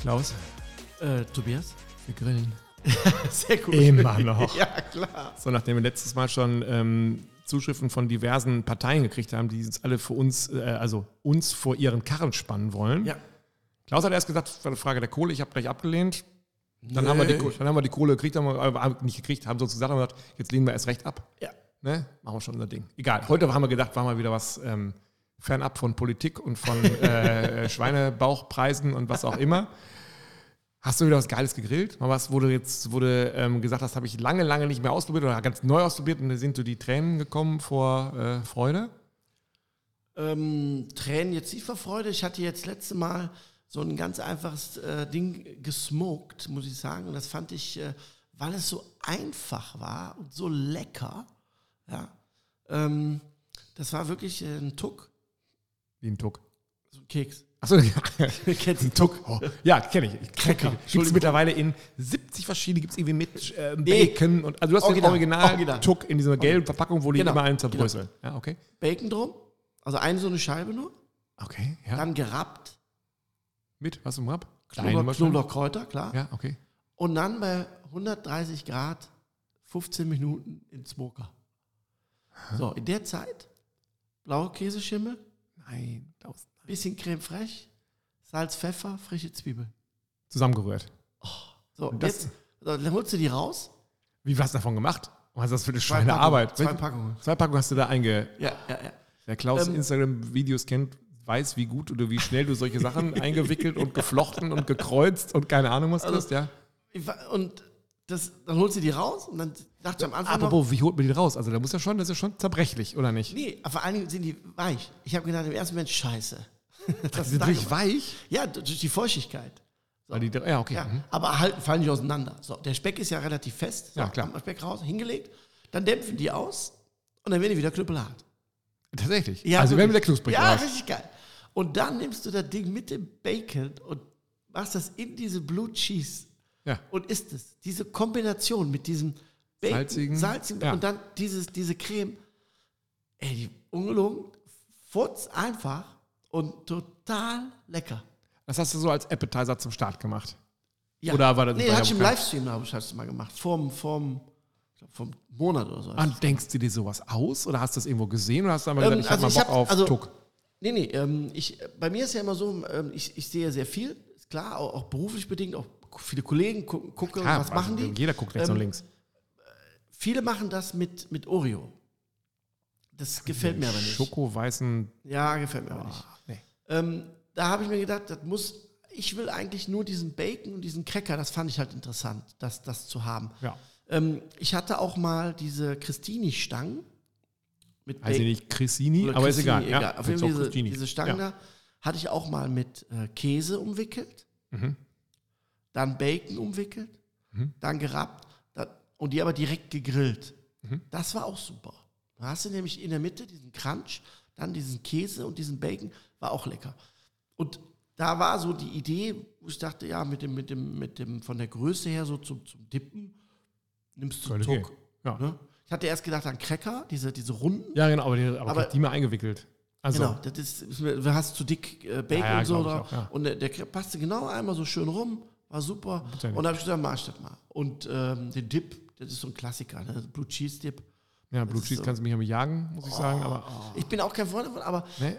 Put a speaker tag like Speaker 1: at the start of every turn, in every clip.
Speaker 1: Klaus,
Speaker 2: Äh, Tobias?
Speaker 1: wir grillen.
Speaker 2: Sehr gut.
Speaker 1: Immer noch.
Speaker 2: Ja, klar.
Speaker 1: So, nachdem wir letztes Mal schon ähm, Zuschriften von diversen Parteien gekriegt haben, die uns alle für uns, äh, also uns vor ihren Karren spannen wollen.
Speaker 2: Ja.
Speaker 1: Klaus hat erst gesagt, es war eine Frage der Kohle, ich habe gleich abgelehnt. Dann, haben wir die, Kohle- dann haben wir die Kohle gekriegt, haben wir aber haben nicht gekriegt, haben sozusagen gesagt, jetzt lehnen wir erst recht ab.
Speaker 2: Ja.
Speaker 1: Ne? Machen wir schon unser Ding. Egal. Heute haben wir gedacht, machen wir wieder was ähm, fernab von Politik und von äh, Schweinebauchpreisen und was auch immer. Hast du wieder was Geiles gegrillt? Mal was wurde jetzt wurde ähm, gesagt, das habe ich lange, lange nicht mehr ausprobiert oder ganz neu ausprobiert und da sind so die Tränen gekommen vor äh, Freude.
Speaker 2: Ähm, Tränen jetzt nicht vor Freude. Ich hatte jetzt letzte Mal so ein ganz einfaches äh, Ding gesmoked, muss ich sagen. Und das fand ich, äh, weil es so einfach war und so lecker. Ja. Ähm, das war wirklich äh, ein Tuck,
Speaker 1: Wie ein Tuck.
Speaker 2: so ein Keks.
Speaker 1: Achso, ja.
Speaker 2: Kennst
Speaker 1: Ein Tuck. Oh, ja, kenne ich. ich
Speaker 2: Cracker.
Speaker 1: Gibt es
Speaker 2: Entschuldigung.
Speaker 1: mittlerweile in 70 verschiedene, gibt es irgendwie mit äh,
Speaker 2: Nee.
Speaker 1: Bacon und also du hast
Speaker 2: Original.
Speaker 1: den Original,
Speaker 2: Original.
Speaker 1: Tuck in dieser gelben Verpackung, wo die
Speaker 2: Genau.
Speaker 1: immer einen zerbröseln. Ja, okay.
Speaker 2: Bacon drum, also eine so eine Scheibe nur,
Speaker 1: Okay, ja.
Speaker 2: dann gerappt,
Speaker 1: mit, was im Rap?
Speaker 2: Knoblauch, Knoblauchkräuter, klar.
Speaker 1: Ja, okay.
Speaker 2: Und dann bei 130 Grad 15 Minuten in Smoker. So, in der Zeit blaue Käseschimmel,
Speaker 1: Nein, tausend.
Speaker 2: bisschen Creme fraiche, Salz, Pfeffer, frische Zwiebel.
Speaker 1: Zusammengerührt.
Speaker 2: So, und
Speaker 1: Das-
Speaker 2: jetzt so, dann holst du die raus.
Speaker 1: Wie was davon gemacht? Was ist das für eine
Speaker 2: Zwei
Speaker 1: schöne
Speaker 2: Packungen,
Speaker 1: Arbeit?
Speaker 2: zwei
Speaker 1: Welche-
Speaker 2: Packungen.
Speaker 1: Zwei Packungen hast du da einge.
Speaker 2: Ja, ja, ja.
Speaker 1: Wer Klaus
Speaker 2: Ähm.
Speaker 1: Instagram-Videos kennt, weiß, wie gut oder wie schnell du solche Sachen eingewickelt und geflochten und gekreuzt und keine Ahnung
Speaker 2: Also
Speaker 1: was du hast, ja.
Speaker 2: Ich wa- Und das, dann holst du die raus und dann dachte ich am Anfang. noch,
Speaker 1: Apropos, wie holt man die raus? Also da muss ja schon, das ist ja schon zerbrechlich, oder nicht?
Speaker 2: nee, vor allen Dingen sind die weich. Ich habe gedacht, im ersten Moment, scheiße.
Speaker 1: Das ist natürlich weich.
Speaker 2: Ja, durch die Feuchtigkeit.
Speaker 1: Weil die, ja, okay.
Speaker 2: Ja,
Speaker 1: mhm.
Speaker 2: aber halten, fallen nicht auseinander. So, der Speck ist ja relativ fest. So,
Speaker 1: Ja, klar.
Speaker 2: kommt der Speck raus, hingelegt, dann dämpfen die aus und dann werden die wieder knüppelhart.
Speaker 1: Tatsächlich.
Speaker 2: Ja,
Speaker 1: also wir werden wieder
Speaker 2: wirklich.
Speaker 1: knusprig
Speaker 2: Ja,
Speaker 1: raus.
Speaker 2: richtig geil. Und dann nimmst du das Ding mit dem Bacon und machst das in diese Blue Cheese
Speaker 1: Ja.
Speaker 2: und isst es. Diese Kombination mit diesem Bacon,
Speaker 1: Salzigen,
Speaker 2: salzigen
Speaker 1: ja.
Speaker 2: und dann dieses, diese Creme. Ey, die ungelogen, futz einfach und total lecker.
Speaker 1: Das hast du so als Appetizer zum Start gemacht.
Speaker 2: Ja.
Speaker 1: Oder war das- war
Speaker 2: Nee, hatte
Speaker 1: ja
Speaker 2: ich im
Speaker 1: bekannt.
Speaker 2: Livestream, habe ich das mal gemacht. Vom, vom, ich glaub, vom Monat oder so.
Speaker 1: Ah, denkst du dir sowas aus? Oder hast du das irgendwo gesehen? Oder hast du einmal
Speaker 2: Ähm,
Speaker 1: gesagt, ich habe
Speaker 2: also
Speaker 1: mal
Speaker 2: ich
Speaker 1: Bock
Speaker 2: hab-
Speaker 1: auf
Speaker 2: also-
Speaker 1: Tuck?
Speaker 2: Nee, nee, ähm, ich, äh, bei mir ist ja immer so, ähm, ich, ich sehe sehr viel, ist klar, auch, auch beruflich bedingt, auch viele Kollegen gu gucken,
Speaker 1: Klar,
Speaker 2: was machen
Speaker 1: also
Speaker 2: die.
Speaker 1: Jeder guckt rechts
Speaker 2: Ähm,
Speaker 1: und links.
Speaker 2: Viele machen das mit, mit Oreo. Das gefällt mir aber nicht.
Speaker 1: Schokoweißen.
Speaker 2: Ja, gefällt mir aber nicht.
Speaker 1: Nee.
Speaker 2: Ähm, da habe ich mir gedacht, das muss, ich will eigentlich nur diesen Bacon und diesen Cracker, das fand ich halt interessant, das, das zu haben.
Speaker 1: Ja.
Speaker 2: Ähm, ich hatte auch mal diese Christini-Stangen mit
Speaker 1: Also nicht Cressini,
Speaker 2: oder
Speaker 1: aber ist
Speaker 2: Christini,
Speaker 1: egal. Ja,
Speaker 2: Auf
Speaker 1: Wird
Speaker 2: jeden
Speaker 1: so
Speaker 2: Fall diese,
Speaker 1: Christini.
Speaker 2: diese Stangen
Speaker 1: Ja.
Speaker 2: da hatte ich auch mal mit äh, Käse umwickelt,
Speaker 1: Mhm.
Speaker 2: dann Bacon umwickelt,
Speaker 1: Mhm.
Speaker 2: dann gerappt dann, und die aber direkt gegrillt.
Speaker 1: Mhm.
Speaker 2: Das war auch super. Da hast du nämlich in der Mitte diesen Crunch, dann diesen Käse und diesen Bacon, war auch lecker. Und da war so die Idee, wo ich dachte, ja, mit dem, mit dem, mit dem, von der Größe her so zum, zum Dippen, nimmst du
Speaker 1: Könnte gehen.
Speaker 2: Tuck.
Speaker 1: Ja.
Speaker 2: Ne? Ich hatte erst gedacht an Cracker, diese, diese runden.
Speaker 1: ja, genau, aber die, aber
Speaker 2: Aber-
Speaker 1: die mal eingewickelt. Also,
Speaker 2: Genau, das ist, ist mir- du hast zu dick äh, Bacon
Speaker 1: Ja, ja,
Speaker 2: und so.
Speaker 1: glaub ich
Speaker 2: Oder,
Speaker 1: auch, ja.
Speaker 2: Und der, der passte genau einmal so schön rum, war super.
Speaker 1: Bitte nicht.
Speaker 2: Und da habe ich gesagt, mach ich das mal. Und ähm, den Dip, das ist so ein Klassiker, ne? Blue Cheese Dip.
Speaker 1: ja, Blue
Speaker 2: ist
Speaker 1: Cheese
Speaker 2: so. Oh.
Speaker 1: kannst du mich ja jagen, muss ich sagen. Aber,
Speaker 2: Ich bin auch kein Freund davon, aber
Speaker 1: Oh. nee.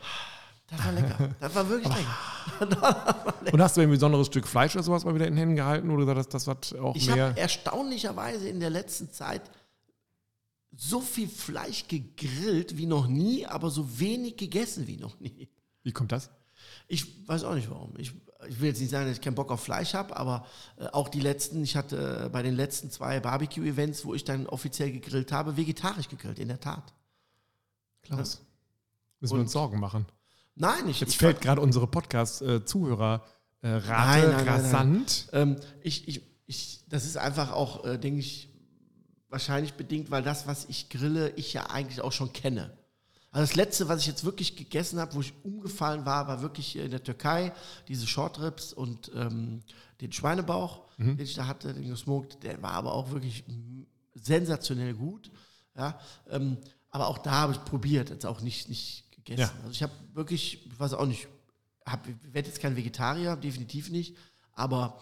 Speaker 2: das war lecker. Das war wirklich lecker.
Speaker 1: Und hast du ein besonderes Stück Fleisch oder sowas mal wieder in den Händen gehalten? Oder gesagt, hast, das hat auch
Speaker 2: Ich
Speaker 1: mehr.
Speaker 2: habe erstaunlicherweise in der letzten Zeit so viel Fleisch gegrillt wie noch nie, aber so wenig gegessen wie noch nie.
Speaker 1: Wie kommt das?
Speaker 2: Ich weiß auch nicht warum. Ich, ich will jetzt nicht sagen, dass ich keinen Bock auf Fleisch habe, aber äh, auch die letzten, ich hatte äh, bei den letzten zwei Barbecue-Events, wo ich dann offiziell gegrillt habe, vegetarisch gegrillt, in der Tat.
Speaker 1: Klaus. Müssen wir uns Sorgen machen.
Speaker 2: Nein, ich,
Speaker 1: Jetzt
Speaker 2: ich,
Speaker 1: fällt gerade unsere Podcast-Zuhörer äh,
Speaker 2: Nein,
Speaker 1: Rate
Speaker 2: nein, nein, nein.
Speaker 1: rasant.
Speaker 2: ähm, ich, ich, ich, das ist einfach auch, äh, denke ich, wahrscheinlich bedingt, weil das, was ich grille, ich ja eigentlich auch schon kenne. Also das Letzte, was ich jetzt wirklich gegessen habe, wo ich umgefallen war, war wirklich in der Türkei diese Shortrips und ähm, den Schweinebauch,
Speaker 1: Mhm.
Speaker 2: den ich da hatte, den gesmoked. Der war aber auch wirklich mm, sensationell gut. Ja, ähm, aber auch da habe ich probiert, jetzt auch nicht, nicht gegessen.
Speaker 1: Ja.
Speaker 2: Also ich habe wirklich, ich weiß auch nicht, hab, ich werde jetzt kein Vegetarier, definitiv nicht. Aber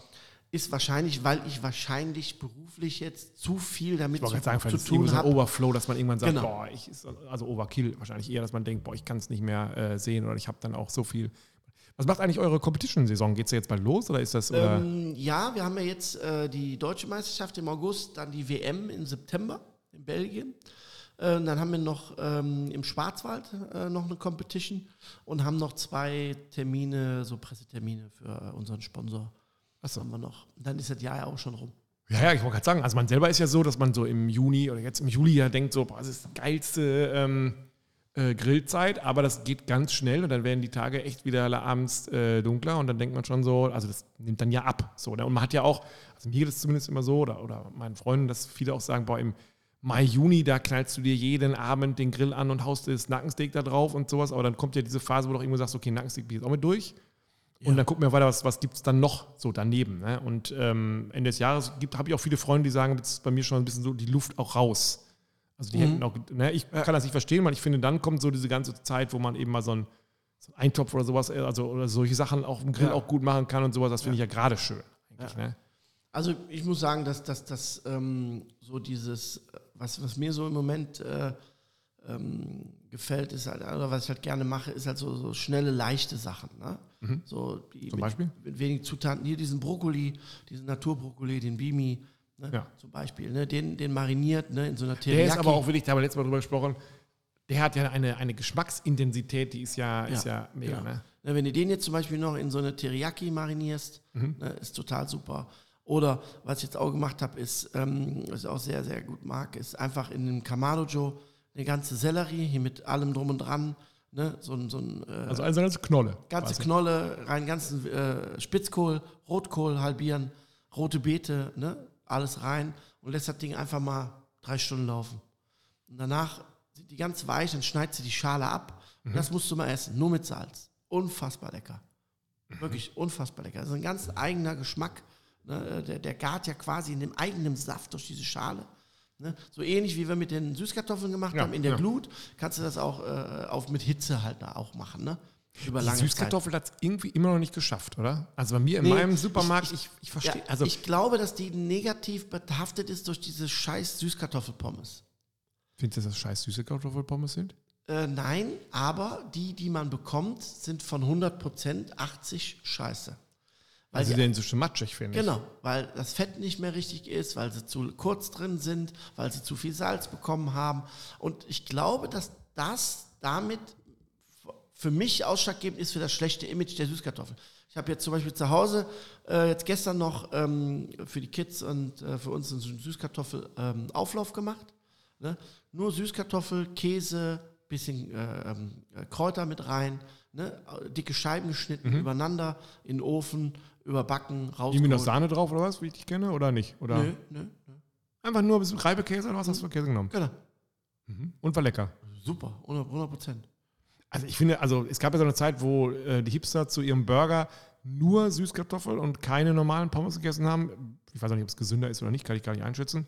Speaker 2: ist wahrscheinlich, weil ich wahrscheinlich beruflich jetzt zu viel damit
Speaker 1: Ich wollte gerade sagen,
Speaker 2: zu,
Speaker 1: vielleicht
Speaker 2: zu
Speaker 1: ist es irgendwie
Speaker 2: tun
Speaker 1: so ein
Speaker 2: habe.
Speaker 1: Overflow, dass man irgendwann sagt,
Speaker 2: Genau.
Speaker 1: boah, ich ist, also Overkill wahrscheinlich eher, dass man denkt, boah, ich kann es nicht mehr äh, sehen oder ich habe dann auch so viel. Was macht eigentlich eure Competition-Saison? Geht es jetzt bald los oder ist das oder
Speaker 2: Ähm, ja, wir haben ja jetzt äh, die deutsche Meisterschaft im August, dann die WM im September in Belgien. Äh, und dann haben wir noch ähm, im Schwarzwald äh, noch eine Competition und haben noch zwei Termine, so Pressetermine für unseren Sponsor.
Speaker 1: Ach so.
Speaker 2: haben wir noch. Dann ist das Jahr ja auch schon rum.
Speaker 1: Ja, ja, ich wollte gerade sagen, also man selber ist ja so, dass man so im Juni oder jetzt im Juli ja denkt, so, boah, das ist die geilste ähm, äh, Grillzeit, aber das geht ganz schnell und dann werden die Tage echt wieder alle abends äh, dunkler und dann denkt man schon so, also das nimmt dann ja ab. So, ne? Und man hat ja auch, also mir geht es zumindest immer so, oder, oder meinen Freunden, dass viele auch sagen, boah, im Mai, Juni, da knallst du dir jeden Abend den Grill an und haust dir das Nackensteak da drauf und sowas, aber dann kommt ja diese Phase, wo du auch irgendwo sagst, okay, Nackensteak bin ich jetzt auch mit durch. Und dann gucken wir weiter, was, was gibt es dann noch so daneben. Ne? Und ähm, Ende des Jahres habe ich auch viele Freunde, die sagen, jetzt ist bei mir schon ein bisschen so die Luft auch raus. Also die hätten auch, ne, ich kann das nicht verstehen, weil ich finde, dann kommt so diese ganze Zeit, wo man eben mal so einen, so einen Eintopf oder sowas, äh, also oder solche Sachen auf dem Grill auch gut machen kann und sowas, das finde ich ja gerade schön. Eigentlich, ne?
Speaker 2: Also ich muss sagen, dass das dass, ähm, so dieses, äh, was, was mir so im Moment äh, ähm, gefällt, ist halt, oder was ich halt gerne mache, ist halt so, so schnelle, leichte Sachen. Ne? So die
Speaker 1: Mhm. Zum
Speaker 2: mit,
Speaker 1: Beispiel?
Speaker 2: Mit wenigen Zutaten. Hier diesen Brokkoli, diesen Naturbrokkoli, den Bimi. Ne,
Speaker 1: Ja.
Speaker 2: Zum Beispiel, ne? den, den mariniert ne? in so einer
Speaker 1: Der
Speaker 2: Teriyaki.
Speaker 1: ist aber auch wirklich, da haben wir letztes Mal drüber gesprochen, der hat ja eine, eine Geschmacksintensität, die ist ja, Ist ja mega.
Speaker 2: genau.
Speaker 1: Ne?
Speaker 2: Ne, wenn du den jetzt zum Beispiel noch in so eine Teriyaki marinierst,
Speaker 1: Mhm.
Speaker 2: ne, ist total super. Oder was ich jetzt auch gemacht habe, ist, ähm, was ich auch sehr, sehr gut mag, ist einfach in einem Kamadojo eine ganze Sellerie, hier mit allem drum und dran, ne, so ein, so ein äh,
Speaker 1: Also eine ganze Knolle.
Speaker 2: ganze
Speaker 1: quasi.
Speaker 2: Knolle, rein ganzen äh, Spitzkohl, Rotkohl halbieren, rote Beete, ne, alles rein und lässt das Ding einfach mal drei Stunden laufen. Und danach sind die ganz weich, dann schneidest du die Schale ab. Und
Speaker 1: Mhm.
Speaker 2: das musst du mal essen, nur mit Salz. Unfassbar lecker. Wirklich
Speaker 1: Mhm.
Speaker 2: unfassbar lecker. Das ist ein ganz eigener Geschmack. Ne? Der, der gart ja quasi in dem eigenen Saft durch diese Schale. Ne? So ähnlich wie wir mit den Süßkartoffeln gemacht
Speaker 1: Ja,
Speaker 2: haben, in der
Speaker 1: ja.
Speaker 2: Glut, kannst du das auch äh, auf, mit Hitze halt da auch machen. Ne? Über
Speaker 1: Die Süßkartoffel hat es irgendwie immer noch nicht geschafft, oder? Also bei mir in
Speaker 2: Nee,
Speaker 1: meinem
Speaker 2: ich-
Speaker 1: Supermarkt, ich, ich,
Speaker 2: Ja,
Speaker 1: verstehe. also
Speaker 2: ich glaube, dass die negativ behaftet ist durch diese scheiß Süßkartoffelpommes.
Speaker 1: findest du, dass das scheiß süße Kartoffelpommes sind?
Speaker 2: Äh, nein, aber die, die man bekommt, sind von 100% 80 scheiße. Weil
Speaker 1: Also
Speaker 2: die-
Speaker 1: die sind so schön matschig, finde ich.
Speaker 2: Genau, weil das Fett nicht mehr richtig ist, weil sie zu kurz drin sind, weil sie zu viel Salz bekommen haben. Und ich glaube, dass das damit f- für mich ausschlaggebend ist für das schlechte Image der Süßkartoffel. Ich habe jetzt zum Beispiel zu Hause äh, jetzt gestern noch ähm, für die Kids und äh, für uns einen Süßkartoffel-Auflauf gemacht. Ne? Nur Süßkartoffel, Käse, bisschen äh, ähm, äh, Kräuter mit rein, ne? dicke Scheiben geschnitten übereinander, in den Ofen, überbacken, raus.
Speaker 1: Die mir noch Sahne drauf oder was, wie ich dich kenne, oder nicht? Oder
Speaker 2: Nö, nö, nö.
Speaker 1: einfach nur ein bisschen Reibekäse oder was hast du für Käse genommen?
Speaker 2: Genau.
Speaker 1: Und war lecker.
Speaker 2: Super, 100 Prozent.
Speaker 1: Also ich finde, also es gab ja so eine Zeit, wo äh, die Hipster zu ihrem Burger nur Süßkartoffel und keine normalen Pommes gegessen haben. Ich weiß auch nicht, ob es gesünder ist oder nicht, kann ich gar nicht einschätzen.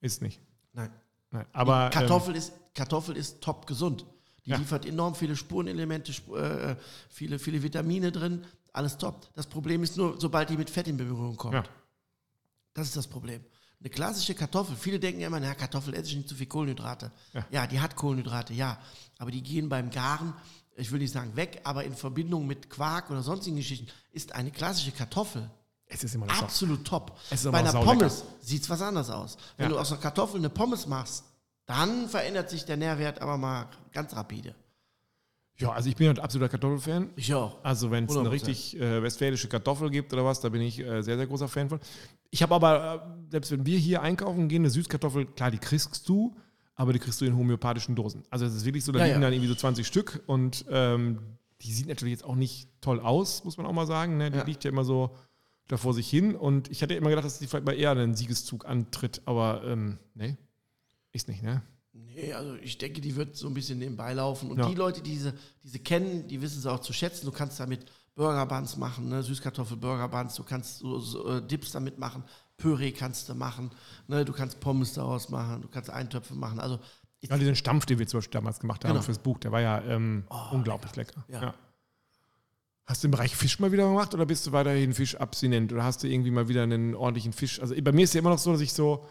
Speaker 1: Ist nicht.
Speaker 2: Nein.
Speaker 1: Nein. Aber ähm,
Speaker 2: Kartoffel, ist, Kartoffel ist top gesund. Die
Speaker 1: Ja.
Speaker 2: liefert enorm viele Spurenelemente, Sp- äh, viele, viele Vitamine drin, alles top. Das Problem ist nur, sobald die mit Fett in Berührung kommt.
Speaker 1: ja.
Speaker 2: Das ist das Problem. Eine klassische Kartoffel, viele denken ja immer, na, Kartoffel esse ich nicht zu viel Kohlenhydrate.
Speaker 1: Ja.
Speaker 2: Ja. die hat Kohlenhydrate, ja. Aber die gehen beim Garen, ich will nicht sagen weg, aber in Verbindung mit Quark oder sonstigen Geschichten, ist eine klassische Kartoffel
Speaker 1: ähm, es ist immer noch so.
Speaker 2: absolut top.
Speaker 1: Es ist aber
Speaker 2: Bei
Speaker 1: auch
Speaker 2: einer
Speaker 1: saulecker.
Speaker 2: Pommes sieht es was anders aus. Wenn
Speaker 1: Ja.
Speaker 2: du aus einer Kartoffel eine Pommes machst, dann verändert sich der Nährwert aber mal ganz rapide.
Speaker 1: Ja, also ich bin ja ein absoluter Kartoffelfan.
Speaker 2: Ich auch.
Speaker 1: Also wenn es eine
Speaker 2: 100%.
Speaker 1: richtig äh, westfälische Kartoffel gibt oder was, da bin ich äh, sehr, sehr großer Fan von. Ich habe aber, äh, selbst wenn wir hier einkaufen gehen, eine Süßkartoffel, klar, die kriegst du, aber die kriegst du in homöopathischen Dosen. Also es ist wirklich so, da
Speaker 2: Ja,
Speaker 1: liegen
Speaker 2: ja.
Speaker 1: dann irgendwie so 20 Stück und ähm, die sieht natürlich jetzt auch nicht toll aus, muss man auch mal sagen. Ne? Die
Speaker 2: Ja.
Speaker 1: liegt ja immer so da vor sich hin und ich hatte immer gedacht, dass die vielleicht mal eher einen Siegeszug antritt, aber ähm, nee, ist nicht, ne?
Speaker 2: Nee, also ich denke, die wird so ein bisschen nebenbei laufen. Und
Speaker 1: Ja.
Speaker 2: die Leute, die sie, die sie kennen, die wissen sie auch zu schätzen. Du kannst damit Burger Buns machen, ne? Süßkartoffel Burger Buns, du kannst so, so, äh, Dips damit machen, Püree kannst du machen, ne? du kannst Pommes daraus machen, du kannst Eintöpfe machen. Also ich,
Speaker 1: Ja, diesen Stampf, den wir zum Beispiel damals gemacht haben
Speaker 2: Genau.
Speaker 1: fürs Buch, der war ja ähm, unglaublich lecker.
Speaker 2: Ja.
Speaker 1: Ja. Hast du den Bereich Fisch mal wieder gemacht oder bist du weiterhin fischabstinent? Oder hast du irgendwie mal wieder einen ordentlichen Fisch? Also bei mir ist ja immer noch so, dass ich so,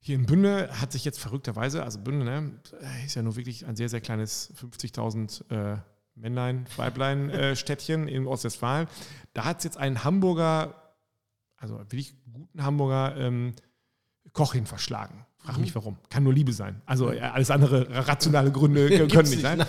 Speaker 1: hier in Bünde hat sich jetzt verrückterweise, also Bünde ne, ist ja nur wirklich ein sehr, sehr kleines 50.000 äh, Männlein, Weiblein äh, Städtchen in Ostwestfalen. Da hat es jetzt einen Hamburger, also wirklich guten Hamburger ähm, Koch hin verschlagen. Frag mich warum. Kann nur Liebe sein. Also äh, alles andere rationale Gründe können
Speaker 2: Gibt's
Speaker 1: nicht
Speaker 2: nicht,
Speaker 1: sein.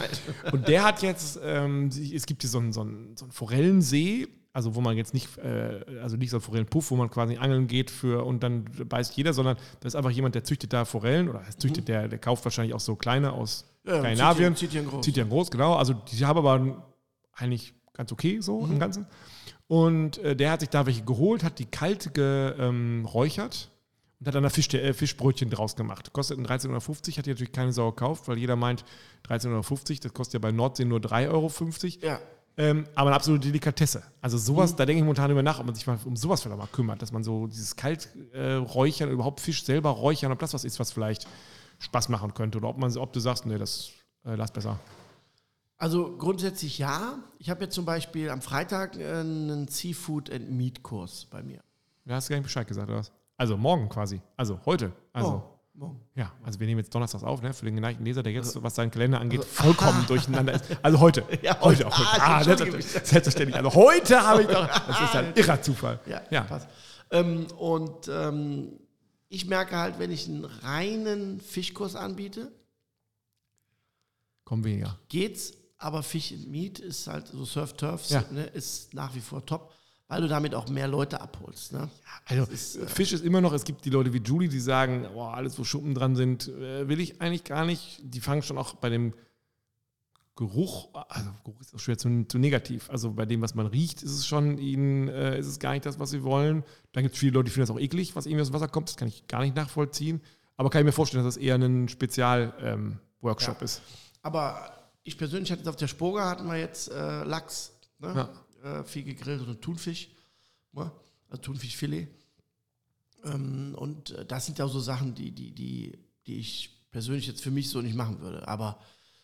Speaker 1: Und der hat jetzt, ähm, sich- es gibt hier so einen, so einen, so einen Forellensee, also wo man jetzt nicht, äh, also nicht so ein Forellenpuff, wo man quasi angeln geht für und dann beißt jeder, sondern das ist einfach jemand, der züchtet da Forellen oder das züchtet der, der kauft wahrscheinlich auch so kleine aus
Speaker 2: Ja, zieht
Speaker 1: Skandinavien.
Speaker 2: hier- zieht hier einen groß.
Speaker 1: Zieht hier einen groß, genau. Also die haben aber eigentlich ganz okay so im Ganzen. Und äh, der hat sich da welche geholt, hat die kalte geräuchert und hat dann da Fisch, äh, Fischbrötchen draus gemacht. Kosteten 13,50 hat die natürlich keine Sau gekauft, weil jeder meint, 13,50 das kostet ja bei Nordsee nur 3,50 Euro.
Speaker 2: Ja.
Speaker 1: Ähm, aber eine absolute Delikatesse. Also sowas, da denke ich momentan über nach, ob man sich mal um sowas vielleicht mal kümmert, dass man so dieses Kalträuchern, überhaupt Fisch selber räuchern, ob das was ist, was vielleicht Spaß machen könnte. Oder ob man ob du sagst, nee, das äh, lass besser.
Speaker 2: Also grundsätzlich ja. Ich habe jetzt zum Beispiel am Freitag äh, einen Seafood and Meat Kurs bei mir.
Speaker 1: Da hast du gar nicht Bescheid gesagt, oder was? Also morgen quasi. Also heute. Also.
Speaker 2: Oh, morgen.
Speaker 1: Ja, also wir nehmen jetzt donnerstags auf, ne? Für den geneigten Leser, der jetzt, was seinen Kalender angeht, vollkommen durcheinander ist. Also heute.
Speaker 2: Also Ja,
Speaker 1: heute
Speaker 2: heute.
Speaker 1: auch. Heute.
Speaker 2: Ah,
Speaker 1: Ah,
Speaker 2: entschuldige
Speaker 1: selbstverständlich. selbstverständlich. Also heute habe ich doch. Das ist ein irrer Zufall.
Speaker 2: Ja,
Speaker 1: ja.
Speaker 2: passt. Ähm, und ähm, ich merke halt, wenn ich einen reinen Fischkurs anbiete,
Speaker 1: Komm weniger.
Speaker 2: geht's, aber Fish and Meat ist halt so Surf Turfs,
Speaker 1: Ja.
Speaker 2: ne, ist nach wie vor top, weil du damit auch mehr Leute abholst. Ne?
Speaker 1: Also Fisch ist immer noch, es gibt die Leute wie Julie, die sagen, oh, alles wo Schuppen dran sind, äh, will ich eigentlich gar nicht. Die fangen schon auch bei dem Geruch, also Geruch ist auch schwer zu, zu negativ. Also bei dem, was man riecht, ist es schon ihnen, äh, ist es gar nicht das, was sie wollen. Dann gibt es viele Leute, die finden das auch eklig, was irgendwie aus dem Wasser kommt. Das kann ich gar nicht nachvollziehen. Aber kann ich mir vorstellen, dass das eher ein Spezial-Workshop ist.
Speaker 2: Aber ich persönlich hatte jetzt auf der Spoga hatten wir jetzt äh, Lachs, ne? äh, viel gegrillt und Thunfisch, ne? also Thunfischfilet. Ähm, und äh, das sind ja so Sachen, die, die, die, die ich persönlich jetzt für mich so nicht machen würde. Aber